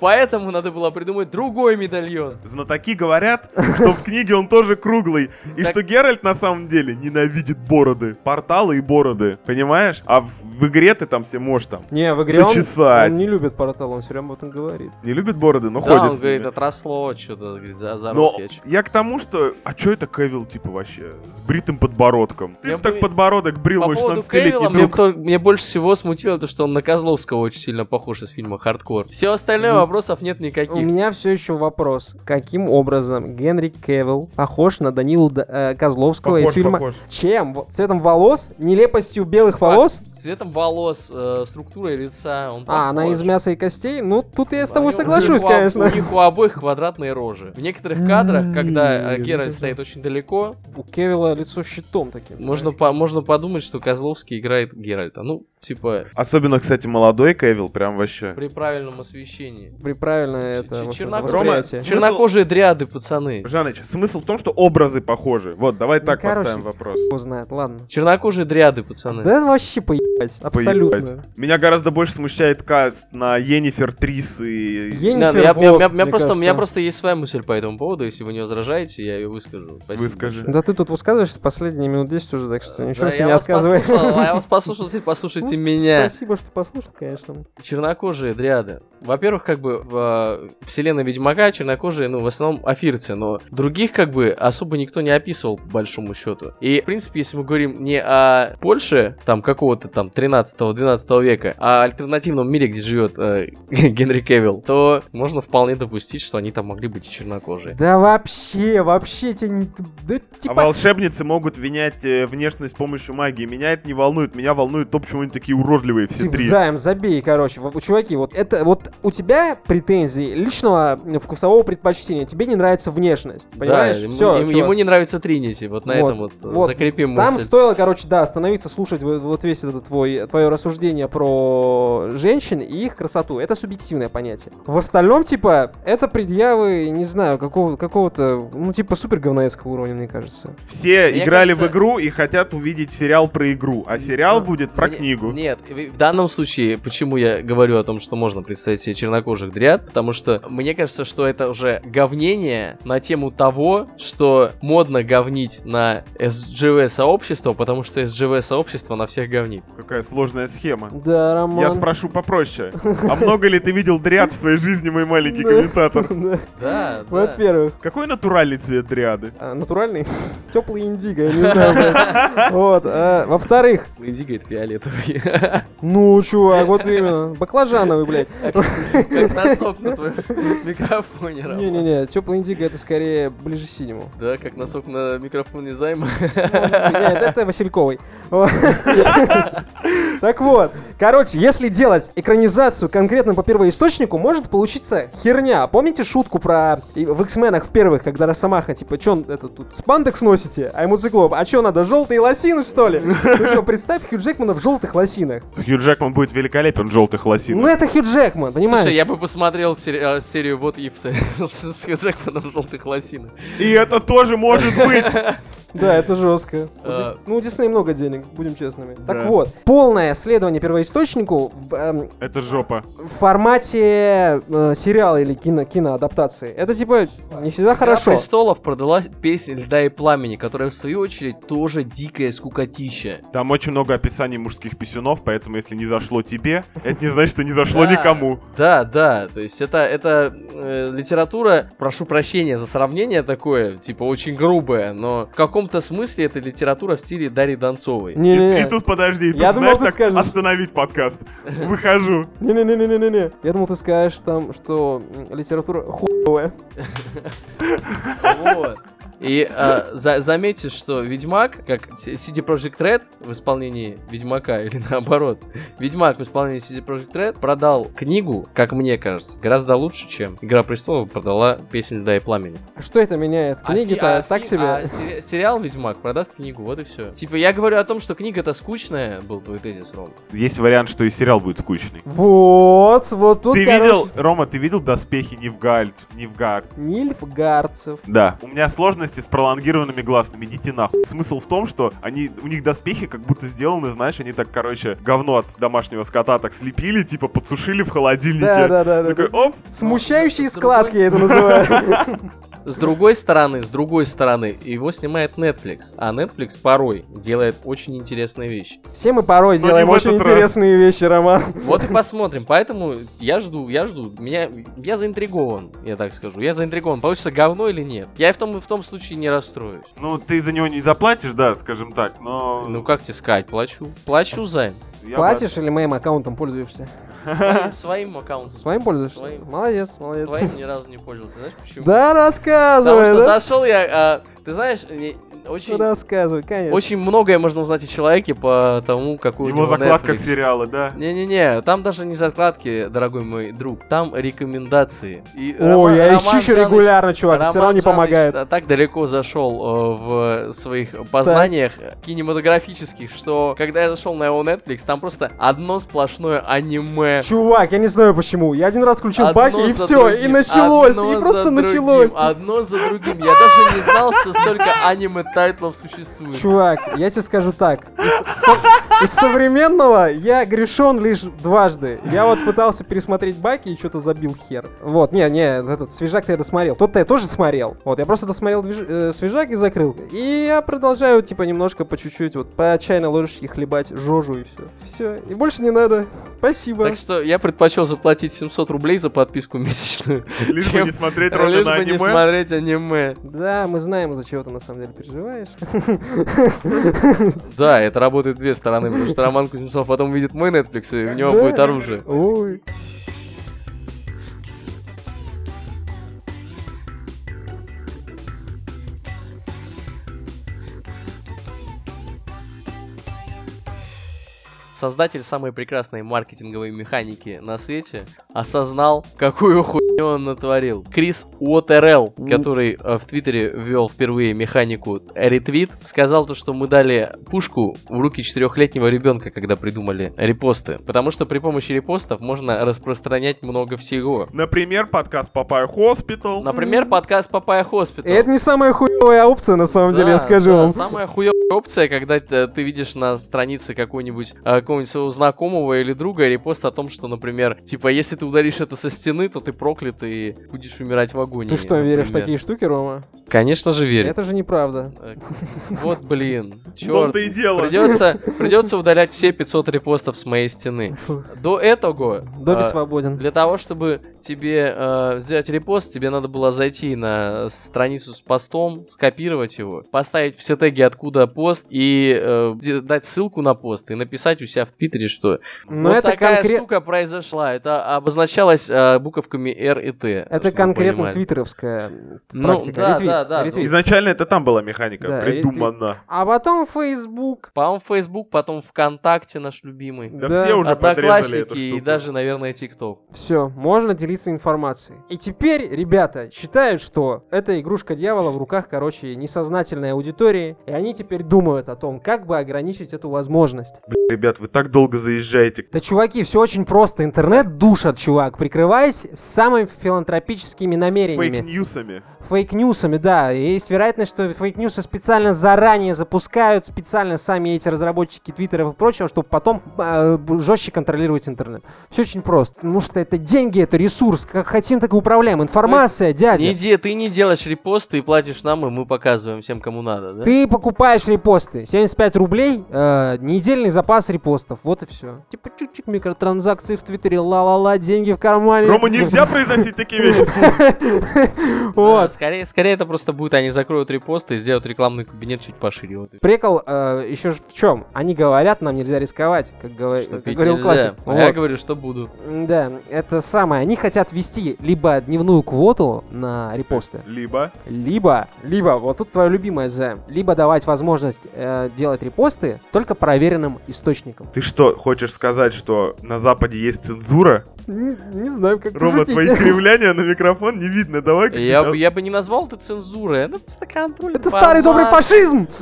Speaker 3: Поэтому надо было придумать другой медальон.
Speaker 2: Знатоки говорят, что в книге он тоже круглый, и
Speaker 3: Так-
Speaker 2: что Геральт на самом деле ненавидит бороды, порталы и бороды, понимаешь? А в, в игре ты там все можешь там.
Speaker 1: Не, в игре он,
Speaker 2: Начесать.
Speaker 1: он не любит портал, он все время об этом говорит.
Speaker 2: Не любит бороды, но
Speaker 3: да,
Speaker 2: ходит
Speaker 3: он
Speaker 2: с ними.
Speaker 3: говорит, отросло что-то, говорит, за,
Speaker 2: но
Speaker 3: зарос я чё».
Speaker 2: я к тому, что... А чё это Кевилл, типа, вообще? С бритым подбородком. Ты
Speaker 3: Я
Speaker 2: б так
Speaker 3: бы-
Speaker 2: подбородок брил,
Speaker 3: По
Speaker 2: мой
Speaker 3: поводу
Speaker 2: 16-летний
Speaker 3: Кевилла, мне,
Speaker 2: друг.
Speaker 3: кто- мне больше всего смутило то, что он на Козловского очень сильно похож из фильма «Хардкор». Все остальное
Speaker 1: Мгм.
Speaker 3: вопросов нет
Speaker 1: У
Speaker 3: никаких.
Speaker 1: меня все еще вопрос. Каким образом Генри Кевилл похож на Данилу Д- э, Козловского из
Speaker 2: Похож,
Speaker 1: фильма...
Speaker 2: похож.
Speaker 1: Чем? Вот Цветом волос? Нелепостью белых волос?
Speaker 3: Факт, А, цветом волос, э, структурой лица. Он
Speaker 1: А, она
Speaker 3: похож.
Speaker 1: из мяса и костей? Ну, тут я с
Speaker 3: Они-
Speaker 1: тобой
Speaker 3: у
Speaker 1: соглашусь,
Speaker 3: них у об-
Speaker 1: конечно.
Speaker 3: У них у обоих квадратные рожи. В некоторых кадрах, когда э,
Speaker 1: М,
Speaker 3: Геральт
Speaker 1: это-
Speaker 3: стоит очень далеко,
Speaker 1: У Кевилла лицо щитом таким.
Speaker 3: можно,
Speaker 1: знаешь.
Speaker 3: по- можно подумать, что Козловский играет Геральта. Ну, типа,
Speaker 2: Особенно, кстати, молодой Кевилл, прям вообще.
Speaker 3: при правильном освещении.
Speaker 1: При правильно
Speaker 3: Ч-
Speaker 1: это
Speaker 3: ч-
Speaker 1: вот
Speaker 3: чернокожие.
Speaker 1: восприятие.
Speaker 2: Рома, Смысл-
Speaker 3: Чернокожие дриады, пацаны.
Speaker 2: Жаныч, смысл в том, что образы похожи. Вот, давай
Speaker 1: Ну,
Speaker 2: так
Speaker 1: короче,
Speaker 2: поставим вопрос.
Speaker 1: Кто знает, ладно.
Speaker 3: Чернокожие дриады, пацаны.
Speaker 1: Да вообще поебать, абсолютно.
Speaker 2: Поебать. Меня гораздо больше смущает каст на Енифер Трис и...
Speaker 1: Енифер
Speaker 3: Да, ну я- я-
Speaker 1: Блок,
Speaker 3: я- я
Speaker 1: мне
Speaker 3: просто, у меня
Speaker 1: кажется.
Speaker 3: просто есть своя мысль по этому поводу, если вы не возражаете, я ее выскажу. Спасибо.
Speaker 2: Выскажи.
Speaker 1: Да ты тут высказываешься последние минут 10 уже, так что ничего
Speaker 3: Да,
Speaker 1: себе
Speaker 3: я
Speaker 1: не
Speaker 3: вас
Speaker 1: отказывай.
Speaker 3: послушал, а я вас послушал, теперь послушайте
Speaker 1: Ну,
Speaker 3: меня.
Speaker 1: Спасибо, что послушал, конечно.
Speaker 3: Чернокожие дриады. Во-первых, как бы в э, вселенной Ведьмака чернокожие, ну, в основном афирцы, но других как бы особо никто не описывал, по большому счету. И, в принципе, если мы говорим не о Польше, там, какого-то там 13-12 века, а о альтернативном мире, где живет э, Генри Кевилл, то можно вполне допустить, что они там могли быть и чернокожие.
Speaker 1: Да вообще, вообще тебе не... Да
Speaker 2: А
Speaker 1: типа...
Speaker 2: волшебницы могут менять э, внешность с помощью магии. Меня это не волнует. Меня волнует то, почему они такие уродливые все
Speaker 1: типа,
Speaker 2: три.
Speaker 1: Займ, забей, короче. Вот, Чуваки, вот это вот у тебя две претензии личного вкусового предпочтения. Тебе не нравится внешность, понимаешь?
Speaker 3: Да, ему-
Speaker 1: Всё,
Speaker 3: им- ему,
Speaker 1: чувак.
Speaker 3: не нравится Тринити, вот на
Speaker 1: Вот,
Speaker 3: этом вот,
Speaker 1: вот.
Speaker 3: закрепим
Speaker 1: Там
Speaker 3: мысль.
Speaker 1: стоило, короче, да, остановиться, слушать вот, вот весь этот твой, твое рассуждение про женщин и их красоту. Это субъективное понятие. В остальном, типа, это предъявы, не знаю, какого, какого-то, ну, типа, супер говноецкого уровня, мне кажется.
Speaker 2: Все
Speaker 3: Мне
Speaker 2: играли
Speaker 3: кажется-
Speaker 2: в игру и хотят увидеть сериал про игру, а сериал
Speaker 3: Ну,
Speaker 2: будет про
Speaker 3: Мне-
Speaker 2: книгу.
Speaker 3: Нет, в в данном случае, почему я говорю о том, что можно представить себе чернокожих дряд, потому что мне кажется, что это уже говнение на тему того, что модно говнить на SGV-сообщество, потому что SGV-сообщество на всех говнит.
Speaker 2: Какая сложная схема.
Speaker 1: Да, Роман.
Speaker 2: Я спрошу попроще. А много ли ты видел дриад в своей жизни, мой маленький
Speaker 1: Да.
Speaker 2: комментатор?
Speaker 1: Да.
Speaker 3: Да, да.
Speaker 1: Во-первых,
Speaker 2: Какой натуральный цвет дриады?
Speaker 1: а, натуральный, теплый индиго, я не знаю. блин. Вот. а, Во-вторых,
Speaker 3: Индиго это фиолетовый.
Speaker 1: ну, чувак, вот именно, баклажановый, блядь.
Speaker 3: Как носок на твоем микрофоне, Роман.
Speaker 1: Не-не-не, теплый индиго это скорее ближе к синему.
Speaker 3: Да, как носок на микрофоне займа.
Speaker 1: Нет, это Васильковый. Вот. Так вот, короче, если делать экранизацию конкретно по первоисточнику, может получиться херня. Помните шутку про и в X-менах в первых, когда Росомаха, типа, чё он это тут спандекс носите, а ему циклоп, а чё надо, желтые лосины, что ли? Ну, типа, представь Хью Джекмана в желтых лосинах.
Speaker 2: Хью Джекман будет великолепен в желтых
Speaker 1: Ну,
Speaker 2: лосинах.
Speaker 1: это Хью Джекман, понимаешь?
Speaker 3: Слушай, я бы посмотрел сери- э, серию Вот Ивса с с Хью Джекманом в желтых лосинах.
Speaker 2: И это тоже может быть.
Speaker 1: Да, это жестко. У Ди-
Speaker 3: А.
Speaker 1: Ну, у Дисней много денег, будем честными. Так
Speaker 2: Да.
Speaker 1: вот, полное следование первоисточнику в, эм,
Speaker 2: Это жопа.
Speaker 1: в формате э, сериала или кино, киноадаптации. Это типа не всегда
Speaker 3: «Игра
Speaker 1: хорошо.
Speaker 3: престолов продалась песня «Льда и пламени», которая, в свою очередь, тоже дикая скукотища.
Speaker 2: Там очень много описаний мужских писюнов, поэтому если не зашло тебе, это не значит, что не зашло
Speaker 3: Да,
Speaker 2: никому.
Speaker 3: Да, да, то есть это, это э, литература, прошу прощения за сравнение такое, типа очень грубое, но в каком-то смысле это литература в стиле Дарьи Донцовой.
Speaker 2: И,
Speaker 1: Не-не-не.
Speaker 2: и тут, подожди, и тут,
Speaker 1: Я думал,
Speaker 2: знаешь,
Speaker 1: ты
Speaker 2: так,
Speaker 1: скажешь.
Speaker 2: остановить подкаст. Выхожу.
Speaker 1: Не-не-не-не-не-не. Я думал, ты скажешь там, что м, литература хуевая.
Speaker 3: Вот. И э, за- заметьте, что Ведьмак, как С- CD Projekt Red в исполнении Ведьмака, или наоборот, Ведьмак в исполнении CD Projekt Red продал книгу, как мне кажется, гораздо лучше, чем Игра престолов продала песню льда и пламени.
Speaker 1: Что это меняет?
Speaker 3: А фи-
Speaker 1: Книги-то
Speaker 3: а
Speaker 1: так
Speaker 3: фи-
Speaker 1: себе.
Speaker 3: а сери- сериал Ведьмак продаст книгу, вот и все. Типа, я говорю о том, что книга-то скучная, был твой тезис, Ром.
Speaker 2: Есть вариант, что и сериал будет скучный.
Speaker 1: Вот, вот тут,
Speaker 2: ты
Speaker 1: короче,
Speaker 2: видел, Рома, ты видел доспехи Нивгальд? Нивгард?
Speaker 1: Нильфгарцев.
Speaker 2: Да. У меня сложности с пролонгированными гласными. Идите нахуй. Смысл в том, что они, у них доспехи как будто сделаны, знаешь, они так, короче, говно от домашнего скота так слепили, типа подсушили в холодильнике.
Speaker 1: Да-да-да.
Speaker 2: Такой, оп,
Speaker 1: Смущающие
Speaker 3: С другой-
Speaker 1: складки я это называю.
Speaker 3: С другой стороны, с другой стороны, его снимает Netflix, а Netflix порой делает очень интересные вещи.
Speaker 1: Все мы порой
Speaker 2: Но
Speaker 1: делаем
Speaker 2: не в
Speaker 1: очень
Speaker 2: этот раз.
Speaker 1: интересные вещи, Роман.
Speaker 3: Вот и посмотрим. Поэтому я жду, я жду. Меня, я заинтригован, я так скажу. Я заинтригован, получится говно или нет. Я и в том, и в том случае не расстроюсь.
Speaker 2: ну ты за него не заплатишь, да, скажем так, но...
Speaker 3: Ну как тебе сказать, плачу. Плачу займ.
Speaker 2: я бы-
Speaker 1: Платишь или моим аккаунтом пользуешься?
Speaker 3: Своим, своим аккаунтом.
Speaker 1: Своим пользуешься?
Speaker 3: Своим.
Speaker 1: Молодец, молодец.
Speaker 3: Твоим ни разу не пользовался, знаешь почему?
Speaker 1: Да,
Speaker 3: Потому
Speaker 1: рассказывай,
Speaker 3: что
Speaker 1: да?
Speaker 3: зашел я, а, ты знаешь, не- очень,
Speaker 1: Ну, Рассказывай, конечно.
Speaker 3: очень многое можно узнать о человеке по тому, какой у
Speaker 2: Его
Speaker 3: него
Speaker 2: закладка
Speaker 3: Netflix.
Speaker 2: к сериалу, да?
Speaker 3: Не-не-не, там даже не закладки, дорогой мой друг, там рекомендации. И
Speaker 1: Ой, я ищу еще
Speaker 3: Жаныч-
Speaker 1: регулярно, чувак, все
Speaker 3: Роман
Speaker 1: равно не
Speaker 3: Жаныч,
Speaker 1: помогает.
Speaker 3: а, так далеко зашел э, в своих познаниях э, кинематографических, что когда я зашел на его Netflix, там просто одно сплошное аниме.
Speaker 1: Чувак, я не знаю почему. Я один раз включил
Speaker 3: Одно
Speaker 1: баки, и
Speaker 3: за
Speaker 1: все, и
Speaker 3: другим,
Speaker 1: началось,
Speaker 3: одно
Speaker 1: и
Speaker 3: за
Speaker 1: просто
Speaker 3: другим,
Speaker 1: началось.
Speaker 3: Одно за другим. Я даже не знал, что столько аниме-тайтлов существует.
Speaker 1: Чувак, я тебе скажу так. Из, со- из современного я грешен лишь дважды. Я вот пытался пересмотреть баки и что-то забил хер. Вот, не, не, этот свежак-то я досмотрел. Тот-то я тоже смотрел. Вот, я просто досмотрел движ- э, свежак и закрыл. И я продолжаю, типа, немножко по чуть-чуть, вот, по чайной ложечке хлебать жожу и все. Все, и больше не надо. Спасибо.
Speaker 3: Так что я предпочел заплатить 700 рублей за подписку месячную,
Speaker 2: Лишь бы
Speaker 3: Чем-
Speaker 2: не смотреть ролик
Speaker 3: лишь
Speaker 2: на
Speaker 3: бы не
Speaker 2: аниме.
Speaker 3: смотреть аниме.
Speaker 1: Да, мы знаем, из-за чего ты на самом деле переживаешь.
Speaker 3: Да, это работает две стороны, потому что Роман Кузнецов потом увидит мой Netflix, и у него
Speaker 1: Да.
Speaker 3: будет оружие.
Speaker 1: Ой.
Speaker 3: Создатель самой прекрасной маркетинговой механики на свете осознал, какую хуйню он натворил. Крис Уотерелл, который э, в Твиттере ввел впервые механику ретвит, сказал то, что мы дали пушку в руки четырехлетнего ребенка, когда придумали репосты. Потому что при помощи репостов можно распространять много всего.
Speaker 2: Например, подкаст Папай Хоспитал.
Speaker 3: Например, подкаст Папая Хоспитал.
Speaker 1: И это не самая хуевая опция, на самом деле, я
Speaker 3: Да,
Speaker 1: скажу
Speaker 3: да,
Speaker 1: вам.
Speaker 3: Самая хуёвая опция, когда т- ты видишь на странице какой-нибудь а, какого-нибудь своего знакомого или друга репост о том, что, например, типа, если ты ударишь это со стены, то ты проклят и будешь умирать в агонии.
Speaker 1: Ты что, веришь в
Speaker 3: например.
Speaker 1: такие штуки, Рома?
Speaker 3: Конечно же верю.
Speaker 1: Это же неправда.
Speaker 3: Э, Вот, блин,
Speaker 2: В том-то
Speaker 3: черт.
Speaker 2: и дело.
Speaker 3: Придется, придется удалять все 500 репостов с моей стены. До этого...
Speaker 1: Добби
Speaker 3: а,
Speaker 1: свободен.
Speaker 3: для того, чтобы тебе э, сделать репост, тебе надо было зайти на страницу с постом, скопировать его, поставить все теги, откуда пост, и э, де- дать ссылку на пост, и написать у себя в Твиттере, что
Speaker 1: Но
Speaker 3: вот
Speaker 1: это
Speaker 3: такая
Speaker 1: конкрет-
Speaker 3: штука произошла. Это обозначалось э, буковками R и T.
Speaker 1: Это
Speaker 3: чтобы вы
Speaker 1: конкретно
Speaker 3: понимали.
Speaker 1: твиттеровская
Speaker 3: Ну,
Speaker 1: практика.
Speaker 3: да,
Speaker 1: Ретвит,
Speaker 3: да, да.
Speaker 1: ретвит.
Speaker 2: Изначально это там была механика,
Speaker 1: Да,
Speaker 2: придумана.
Speaker 1: А потом Facebook.
Speaker 3: По-моему, Facebook, потом ВКонтакте наш любимый.
Speaker 2: Да,
Speaker 1: Да.
Speaker 2: все уже подрезали
Speaker 3: Одноклассники
Speaker 2: эту
Speaker 3: и
Speaker 2: штуку.
Speaker 3: даже, наверное, TikTok.
Speaker 1: Все, можно делиться информацией. И теперь ребята считают, что эта игрушка дьявола в руках, короче, несознательной аудитории, и они теперь думают о том, как бы ограничить эту возможность.
Speaker 2: Ребят, вы так долго заезжаете.
Speaker 1: Да, чуваки, все очень просто. Интернет душат, чувак, прикрываясь самыми филантропическими намерениями.
Speaker 2: Фейк-ньюсами.
Speaker 1: Фейк-ньюсами, да. И есть вероятность, что фейк-ньюсы специально заранее запускают, специально сами эти разработчики твиттеров и прочего, чтобы потом э, жестче контролировать интернет. Все очень просто. Потому что это деньги, это ресурс. Как хотим, так и управляем. Информация, дядя.
Speaker 3: Не де- ты не делаешь репосты и платишь нам, и мы показываем всем, кому надо, да?
Speaker 1: Ты покупаешь репосты. 75 рублей, э, недельный запас репостов. Вот и все. Типа чик-чик, микротранзакции в Твиттере, ла-ла-ла, деньги в кармане.
Speaker 2: Рома, нельзя произносить такие вещи.
Speaker 1: Вот.
Speaker 3: Скорее, скорее это просто будет, они закроют репост и сделают рекламный кабинет чуть пошире. вот и-
Speaker 1: Прикол э, еще ж в чем? Они говорят, нам нельзя рисковать, как, говор-
Speaker 3: Что
Speaker 1: как
Speaker 3: пить
Speaker 1: говорил
Speaker 3: нельзя.
Speaker 1: классик.
Speaker 3: А я
Speaker 1: Вот.
Speaker 3: говорю, что буду.
Speaker 1: М, Да, это самое. Они хотят ввести либо дневную квоту на репосты,
Speaker 2: Либо
Speaker 1: либо, либо, вот тут твое любимое Зэ, либо давать возможность э, делать репосты только проверенным источникам.
Speaker 2: Ты что, хочешь сказать, что на Западе есть цензура?
Speaker 1: Не, знаю, как
Speaker 2: Рома, твои кривляния на микрофон не видно. Давай
Speaker 3: Я, бы- я бы не назвал это цензурой, это просто контроль.
Speaker 1: Это старый добрый
Speaker 3: формат.
Speaker 1: фашизм!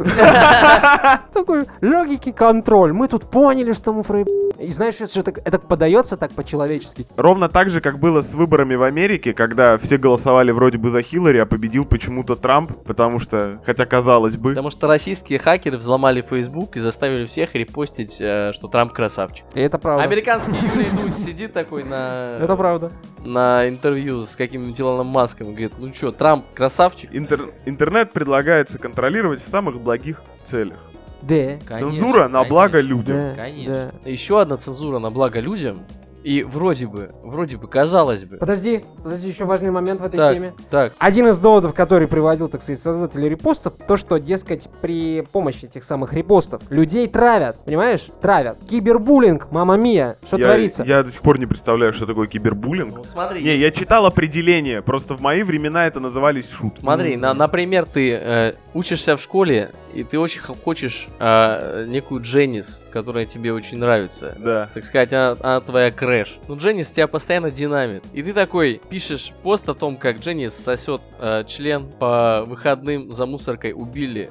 Speaker 1: Такой логики контроль. Мы тут поняли, что мы проеб... И знаешь, это, же так- это подается так по-человечески.
Speaker 2: Ровно так же, как было с выборами в Америке, когда все голосовали вроде бы за Хиллари, а победил почему-то Трамп, потому что, хотя казалось бы,
Speaker 3: Потому что российские хакеры взломали Facebook и заставили всех репостить, э, что Трамп красавчик.
Speaker 1: И это правда.
Speaker 3: Американский Юрий Дудь сидит такой на,
Speaker 1: Это правда.
Speaker 3: на интервью с каким-нибудь Илоном Маском и говорит, ну чё, Трамп красавчик?
Speaker 2: интер- интернет предлагается контролировать в самых благих целях.
Speaker 1: Да.
Speaker 3: Конечно,
Speaker 2: Цензура на
Speaker 3: конечно.
Speaker 2: благо людям.
Speaker 1: Да,
Speaker 3: Конечно. Еще одна цензура на благо людям. И вроде бы, вроде бы, казалось бы.
Speaker 1: Подожди, подожди, еще важный момент в этой
Speaker 3: так,
Speaker 1: теме.
Speaker 3: так.
Speaker 1: Один из доводов, который приводил, так сказать, создатели репостов, то, что, дескать, при помощи этих самых репостов людей травят, понимаешь? Травят. Кибербуллинг, мама мия, что
Speaker 2: я,
Speaker 1: творится?
Speaker 2: я до сих пор не представляю, что такое кибербуллинг.
Speaker 3: Ну, смотри,
Speaker 2: Не, я читал определение, просто в мои времена это назывались шут.
Speaker 3: смотри, на- например, ты э, учишься в школе, и ты очень хо- хочешь э, некую Дженнис, которая тебе очень нравится.
Speaker 2: Да.
Speaker 3: Так сказать, она, она твоя крэш. Ну, Дженнис тебя постоянно динамит. И ты такой пишешь пост о том, как Дженнис сосет э, член по выходным за мусоркой убили.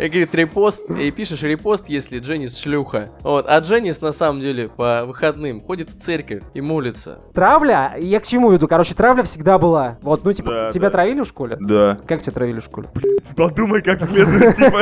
Speaker 3: И говорит, репост, и пишешь репост, если Дженнис шлюха. Вот, а Дженнис на самом деле по выходным ходит в церковь и молится.
Speaker 1: Травля? Я к чему веду? Короче, травля всегда была. Вот, ну, типа,
Speaker 2: Да,
Speaker 1: тебя
Speaker 2: да.
Speaker 1: травили в школе?
Speaker 2: Да.
Speaker 1: Как тебя травили в школе?
Speaker 2: Подумай, как следует, типа.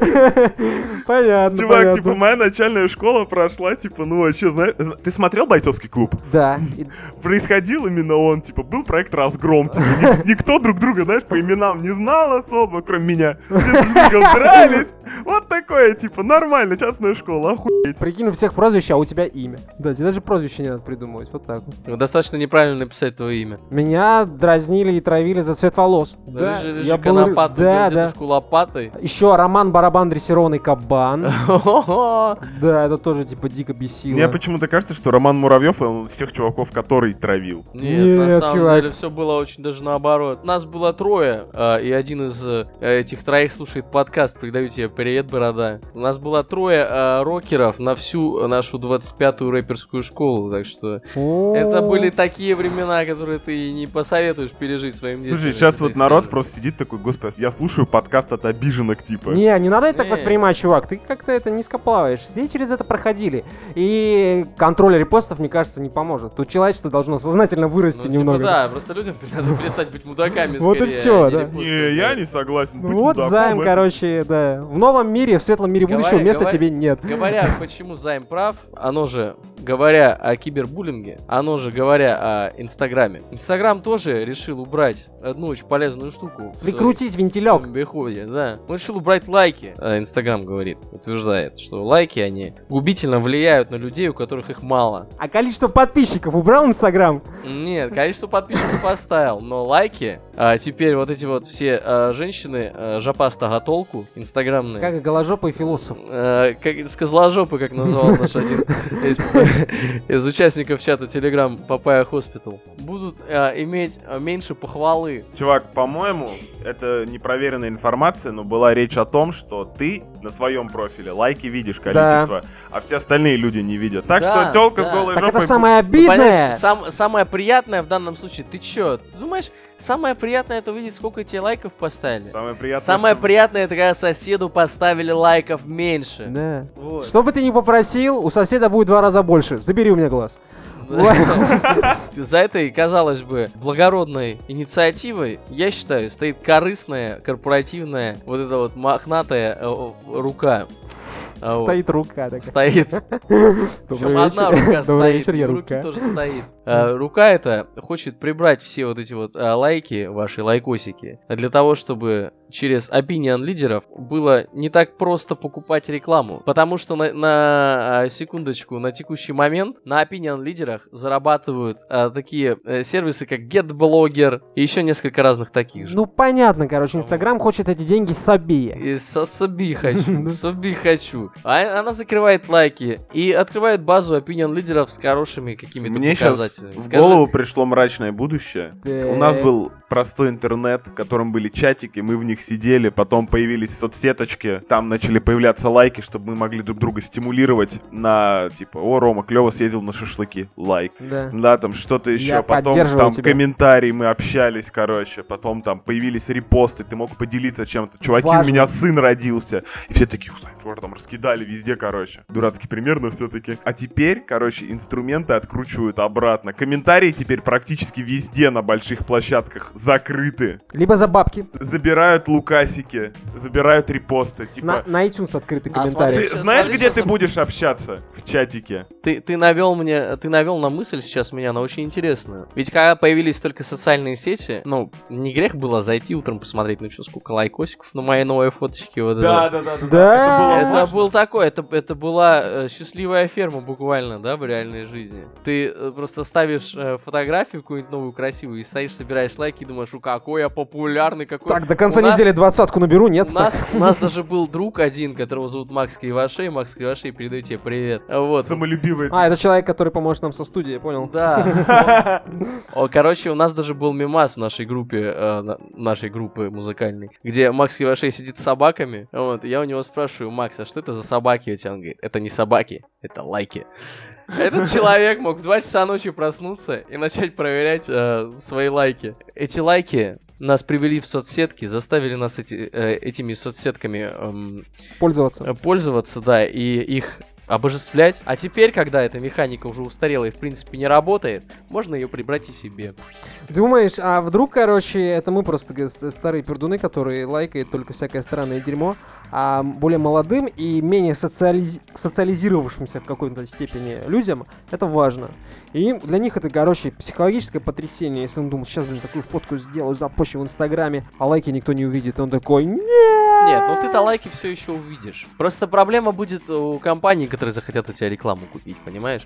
Speaker 1: Понятно,
Speaker 2: Чувак, типа, моя начальная школа прошла, типа, ну вообще, знаешь... зна- Ты смотрел «Бойцовский клуб»?
Speaker 1: Да. И-
Speaker 2: Происходил именно он, типа, был проект «Разгром», типа, ни- никто друг друга, знаешь, по именам не знал особо, кроме меня. Все друг с другом дрались. Вот такое, типа, нормально, частная школа, охуеть.
Speaker 1: Прикинь, у всех прозвище, а у тебя имя. Да, тебе даже прозвище не надо придумывать. Вот так вот.
Speaker 3: Достаточно неправильно написать твое имя.
Speaker 1: Меня дразнили и травили за цвет волос.
Speaker 3: Рыжий, рыжий
Speaker 1: я был...
Speaker 3: конопатый,
Speaker 1: Да,
Speaker 3: бил
Speaker 1: да.
Speaker 3: дедушку лопатой.
Speaker 1: Еще Роман Барабан Дрессированный Кабан.
Speaker 3: Хо-хо.
Speaker 1: Да, это тоже типа дико бесило.
Speaker 2: Мне почему-то кажется, что Роман Муравьев он всех чуваков, который травил.
Speaker 3: Нет, на
Speaker 1: Нет,
Speaker 3: самом
Speaker 1: чувак.
Speaker 3: деле все было очень даже наоборот. Нас было трое, а, и один из э, этих троих слушает подкаст. Передаю тебе привет, борода. У нас было трое а, рокеров на всю нашу 25-ю рэперскую школу, так что
Speaker 1: О.
Speaker 3: это были такие времена, которые ты не посоветуешь пережить своим детям.
Speaker 2: Слушай,
Speaker 3: если
Speaker 2: сейчас
Speaker 3: ты
Speaker 2: вот народ
Speaker 3: скажешь.
Speaker 2: просто сидит такой, господи, я слушаю подкаст от обиженок типа.
Speaker 1: Не, не надо это так
Speaker 3: Не.
Speaker 1: воспринимать, чувак. Ты как-то это низко плаваешь. Все через это проходили. И контроль репостов, мне кажется, не поможет. Тут человечество должно сознательно
Speaker 3: Ну,
Speaker 1: вырасти
Speaker 3: типа,
Speaker 1: немного.
Speaker 3: да, просто людям надо перестать быть мудаками
Speaker 1: Вот и
Speaker 3: скорее,
Speaker 1: всё,
Speaker 3: а
Speaker 1: да.
Speaker 3: репостить.
Speaker 2: Не, я не согласен.
Speaker 1: Ну
Speaker 2: быть
Speaker 1: вот
Speaker 2: мудаком,
Speaker 1: займ,
Speaker 2: это-
Speaker 1: короче, да. В новом мире, в светлом мире
Speaker 3: Говоря-
Speaker 1: будущего места
Speaker 3: говоря-
Speaker 1: тебе нет.
Speaker 3: Говоря, почему Займ прав, оно же, говоря о кибербуллинге, оно же, говоря о Инстаграме. Инстаграм тоже решил убрать одну очень полезную штуку. в
Speaker 1: Прикрутить
Speaker 3: своем- в
Speaker 1: вентилек.
Speaker 3: своем обиходе, да. Он решил убрать лайки. А Инстаграм говорит, утверждает, что лайки, они губительно влияют на людей, у которых их мало.
Speaker 1: А количество подписчиков убрал Инстаграм?
Speaker 3: Нет, количество подписчиков поставил, но лайки, а теперь вот эти вот все а, женщины, а, жопаста готолку, инстаграмные,
Speaker 1: Как и голожопый философ.
Speaker 3: Э, как это козложопы, как назвал наш один из, из участников чата Telegram Папая Хоспитал, будут э, иметь э, меньше похвалы.
Speaker 2: Чувак, по-моему, это непроверенная информация, но была речь о том, что ты на своем профиле лайки видишь количество, а все остальные люди не видят. Так
Speaker 3: Да,
Speaker 2: что телка с
Speaker 3: да.
Speaker 2: голой
Speaker 1: Так
Speaker 2: жопой...
Speaker 1: это самое обидное.
Speaker 3: Ну, Понимаешь, сам- самое приятное в данном случае, ты чё, ты думаешь, самое приятное это увидеть, сколько тебе лайков поставили?
Speaker 2: Самое приятное.
Speaker 3: Самое
Speaker 2: что-
Speaker 3: приятное это когда соседу поставили лайков меньше.
Speaker 1: Да.
Speaker 3: Вот.
Speaker 1: Что бы ты ни попросил, у соседа будет в два раза больше. Забери у меня глаз.
Speaker 3: За этой, казалось бы, благородной инициативой, я считаю, стоит корыстная, корпоративная, вот эта вот мохнатая э, о, рука. А вот.
Speaker 1: Стоит рука такая.
Speaker 3: Стоит. Причем
Speaker 1: Добрый
Speaker 3: одна
Speaker 1: вечер. Добрый
Speaker 3: рука стоит,
Speaker 1: вечер, я
Speaker 3: и руки
Speaker 1: рука.
Speaker 3: тоже стоит. А, рука эта хочет прибрать все вот эти вот а, лайки, ваши лайкосики, для того, чтобы через opinion лидеров было не так просто покупать рекламу. Потому что на, на, а, секундочку, на текущий момент на opinion лидерах зарабатывают а, такие э, сервисы, как GetBlogger и еще несколько разных таких же.
Speaker 1: Ну понятно, короче, Инстаграм хочет эти деньги собей.
Speaker 3: И со- соби хочу, соби хочу. А она закрывает лайки и открывает базу opinion лидеров с хорошими какими-то
Speaker 2: Мне сейчас
Speaker 3: показателями.
Speaker 2: в
Speaker 3: Скажи,
Speaker 2: голову пришло мрачное будущее. У нас
Speaker 1: Э,
Speaker 2: был простой интернет, в котором были чатики, мы в них сидели, потом появились соцсеточки, там начали появляться лайки, чтобы мы могли друг друга стимулировать на, типа, о, Рома, клево съездил на шашлыки, лайк.
Speaker 1: Да.
Speaker 2: Да, там что-то еще,
Speaker 1: Я
Speaker 2: потом
Speaker 1: поддерживаю
Speaker 2: там
Speaker 1: тебя.
Speaker 2: комментарии мы общались, короче, потом там появились репосты, ты мог поделиться чем-то. Чуваки, у
Speaker 1: Важно.
Speaker 2: меня сын родился. И все такие, «Ой, чувак, там раскидали везде, короче. Дурацкий пример, но все-таки. А теперь, короче, инструменты откручивают обратно. Комментарии теперь практически везде на больших площадках закрыты.
Speaker 1: Либо за бабки.
Speaker 2: Забирают лукасики, забирают репосты, типа...
Speaker 1: На, на iTunes открытый
Speaker 3: А,
Speaker 1: комментарий.
Speaker 2: Ты
Speaker 3: Сейчас,
Speaker 2: знаешь,
Speaker 3: смотри,
Speaker 2: где
Speaker 3: сейчас
Speaker 2: ты
Speaker 3: он-
Speaker 2: будешь общаться? В чатике.
Speaker 3: Ты, ты навел мне, ты навел на мысль сейчас меня на очень интересную. Ведь когда появились только социальные сети, ну, не грех было зайти утром посмотреть, ну что, сколько лайкосиков на моей новой фоточке. Вот это вот.
Speaker 2: да, да.
Speaker 1: Да.
Speaker 2: Это было
Speaker 3: Это был такой, это, это была э, счастливая ферма буквально, да, в реальной жизни. Ты э, просто ставишь э, фотографию какую-нибудь новую красивую и стоишь, собираешь лайки и думаешь, «У, какой я популярный, какой...
Speaker 1: Так, до конца
Speaker 3: У нас-
Speaker 1: недели двадцатку наберу, нет?
Speaker 3: у
Speaker 1: так?
Speaker 3: нас, у нас даже был друг один, которого зовут Макс Кривошей. Макс Кривошей, передаю тебе привет. А Вот.
Speaker 2: Самолюбивый.
Speaker 1: А, это человек, который поможет нам со студией, я понял.
Speaker 3: Да. О, короче, у нас даже был мимас в нашей группе, э, на- нашей группы музыкальной, где Макс Кивашей сидит с собаками. Вот, и я у него спрашиваю, Макс, а что это за собаки у тебя? Он говорит, это не собаки, это лайки. Этот человек мог в 2 часа ночи проснуться и начать проверять э, свои лайки. Эти лайки нас привели в соцсетки, заставили нас эти, э, этими соцсетками эм,
Speaker 1: Пользоваться.
Speaker 3: э, пользоваться, да, и их обожествлять. А теперь, когда эта механика уже устарела и в принципе не работает, можно ее прибрать и себе.
Speaker 1: Думаешь, а вдруг, короче, это мы просто г- с- старые пердуны, которые лайкают только всякое странное дерьмо, а более молодым и менее социализ- социализировавшимся в какой-то степени людям это важно. И им- для них это, короче, психологическое потрясение, если он думал, сейчас, блин, такую фотку сделаю, запущу в Инстаграме, а лайки никто не увидит. И он такой, нет!
Speaker 3: Нет, ну ты-то лайки все еще увидишь. Просто проблема будет у компаний, которые захотят у тебя рекламу купить, понимаешь?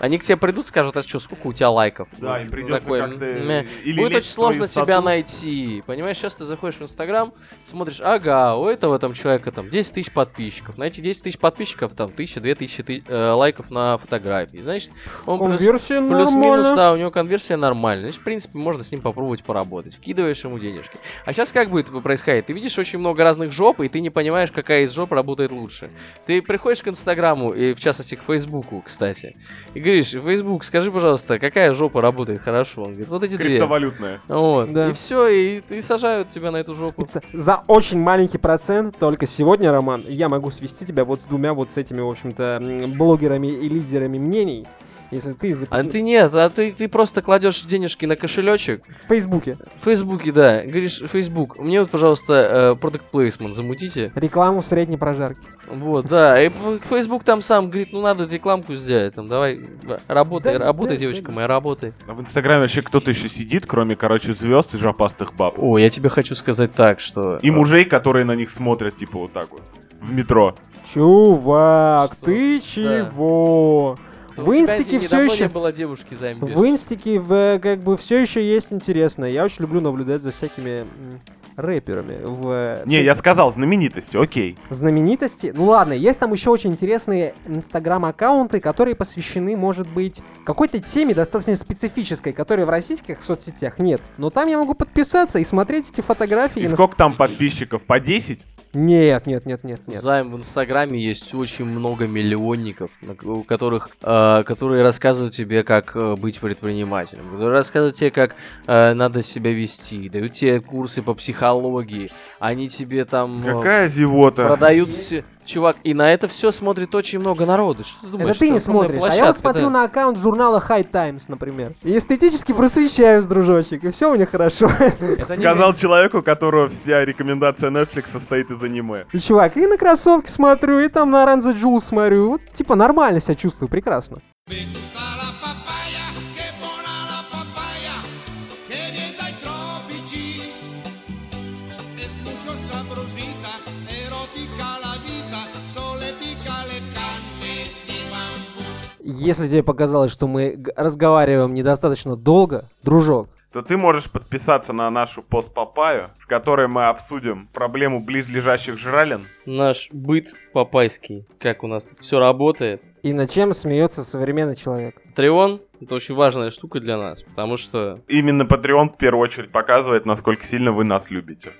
Speaker 3: Они к тебе придут, скажут, а что, сколько у тебя лайков?
Speaker 2: Да,
Speaker 3: Ну,
Speaker 2: им придется
Speaker 3: такое,
Speaker 2: как-то,
Speaker 3: м,
Speaker 2: э,
Speaker 3: м,
Speaker 2: или
Speaker 3: Будет
Speaker 2: лезть
Speaker 3: очень
Speaker 2: в твою
Speaker 3: сложно себя
Speaker 2: саду.
Speaker 3: найти, понимаешь? Сейчас ты заходишь в Инстаграм, смотришь, ага, а у этого там человека там 10 тысяч подписчиков. На эти 10 тысяч подписчиков там 1000, 2000 ты- э, лайков на фотографии. Значит, ну, он плюс-
Speaker 1: Конверсия
Speaker 3: Плюс-минус,
Speaker 1: нормально.
Speaker 3: да, у него конверсия нормальная. Значит, в принципе, можно с ним попробовать поработать. Вкидываешь ему денежки. А сейчас как будет происходить? Ты видишь очень много разных жоп, и ты не понимаешь, какая из жоп работает лучше. Ты приходишь к Инстаграму, и в частности к Фейсбуку, кстати, и говоришь, Фейсбук, скажи, пожалуйста, какая жопа работает хорошо? Он говорит, вот эти две.
Speaker 2: Криптовалютная.
Speaker 3: Вот.
Speaker 1: Да.
Speaker 3: И все, и, и сажают тебя на эту жопу.
Speaker 1: Специ- За очень маленький процент только сегодня, Роман, я могу свести тебя вот с двумя вот с этими, в общем-то, м, блогерами и лидерами мнений. Если ты за...
Speaker 3: А ты нет, а ты, ты просто кладешь денежки на кошелечек,
Speaker 1: в Фейсбуке
Speaker 3: в Фейсбуке, да, говоришь, Фейсбук, мне вот, пожалуйста, э, продукт плейсмент замутите,
Speaker 1: рекламу средней прожарки.
Speaker 3: Вот, да. И ф- Facebook там сам говорит, ну надо рекламку сделать, там давай р- работай,
Speaker 1: Да,
Speaker 3: работай,
Speaker 1: да,
Speaker 3: девочка
Speaker 1: да.
Speaker 3: моя, работай.
Speaker 2: А в Инстаграме вообще кто-то еще сидит, кроме, короче, звезд и жопастых баб.
Speaker 3: О, я тебе хочу сказать так, что
Speaker 2: И мужей, которые на них смотрят, типа, вот так вот. В метро.
Speaker 1: Чувак,
Speaker 3: Что?
Speaker 1: ты чего?
Speaker 3: э,
Speaker 1: В инстике все еще...
Speaker 3: была девушки займбе.
Speaker 1: В инстике в, э, как бы все еще есть интересное. Я очень люблю наблюдать за всякими м, рэперами. В, э,
Speaker 2: Не, я сказал, знаменитости, окей.
Speaker 1: знаменитости. Ну ладно, есть там еще очень интересные инстаграм-аккаунты, которые посвящены, может быть, какой-то теме достаточно специфической, которой в российских соцсетях нет. Но там я могу подписаться и смотреть эти фотографии.
Speaker 2: И
Speaker 1: и нас-
Speaker 2: сколько там подписчиков? По 10?
Speaker 1: Нет, нет, нет, нет, нет.
Speaker 3: Займ в Инстаграме есть очень много миллионников, на к- у которых, э, которые рассказывают тебе, как э, быть предпринимателем, которые рассказывают тебе, как э, надо себя вести, дают тебе курсы по психологии, они тебе там э,
Speaker 2: Какая зевота.
Speaker 3: продают все. Чувак, и на это все смотрит очень много народу. Что ты думаешь?
Speaker 1: Это ты
Speaker 3: что
Speaker 1: не
Speaker 3: огромная
Speaker 1: смотришь. а я вот
Speaker 3: площадка,
Speaker 1: смотрю
Speaker 3: да?
Speaker 1: на аккаунт журнала High Times, например. И эстетически просвещаюсь, дружочек, и все у них хорошо.
Speaker 3: Это не-
Speaker 2: Сказал человеку, у которого вся рекомендация Netflix состоит из аниме.
Speaker 1: И, чувак, и на кроссовки смотрю, и там на Ранза Джул смотрю. Вот, типа, нормально себя чувствую, прекрасно.
Speaker 4: Me gusta la papaya, che buona la papaya, che viene dai tropici. Es mucho sabrosita, erotica la vita, soletica le canne di bambù.
Speaker 1: Если тебе показалось, что мы г- разговариваем недостаточно долго, дружок,
Speaker 2: То ты можешь подписаться на нашу пост Папаю, в которой мы обсудим проблему близлежащих жралин.
Speaker 3: Наш быт папайский, как у нас тут все работает.
Speaker 1: и над чем смеется современный человек?
Speaker 3: Трион — это очень важная штука для нас, потому что
Speaker 2: Именно Patreon в первую очередь показывает, насколько сильно вы нас любите.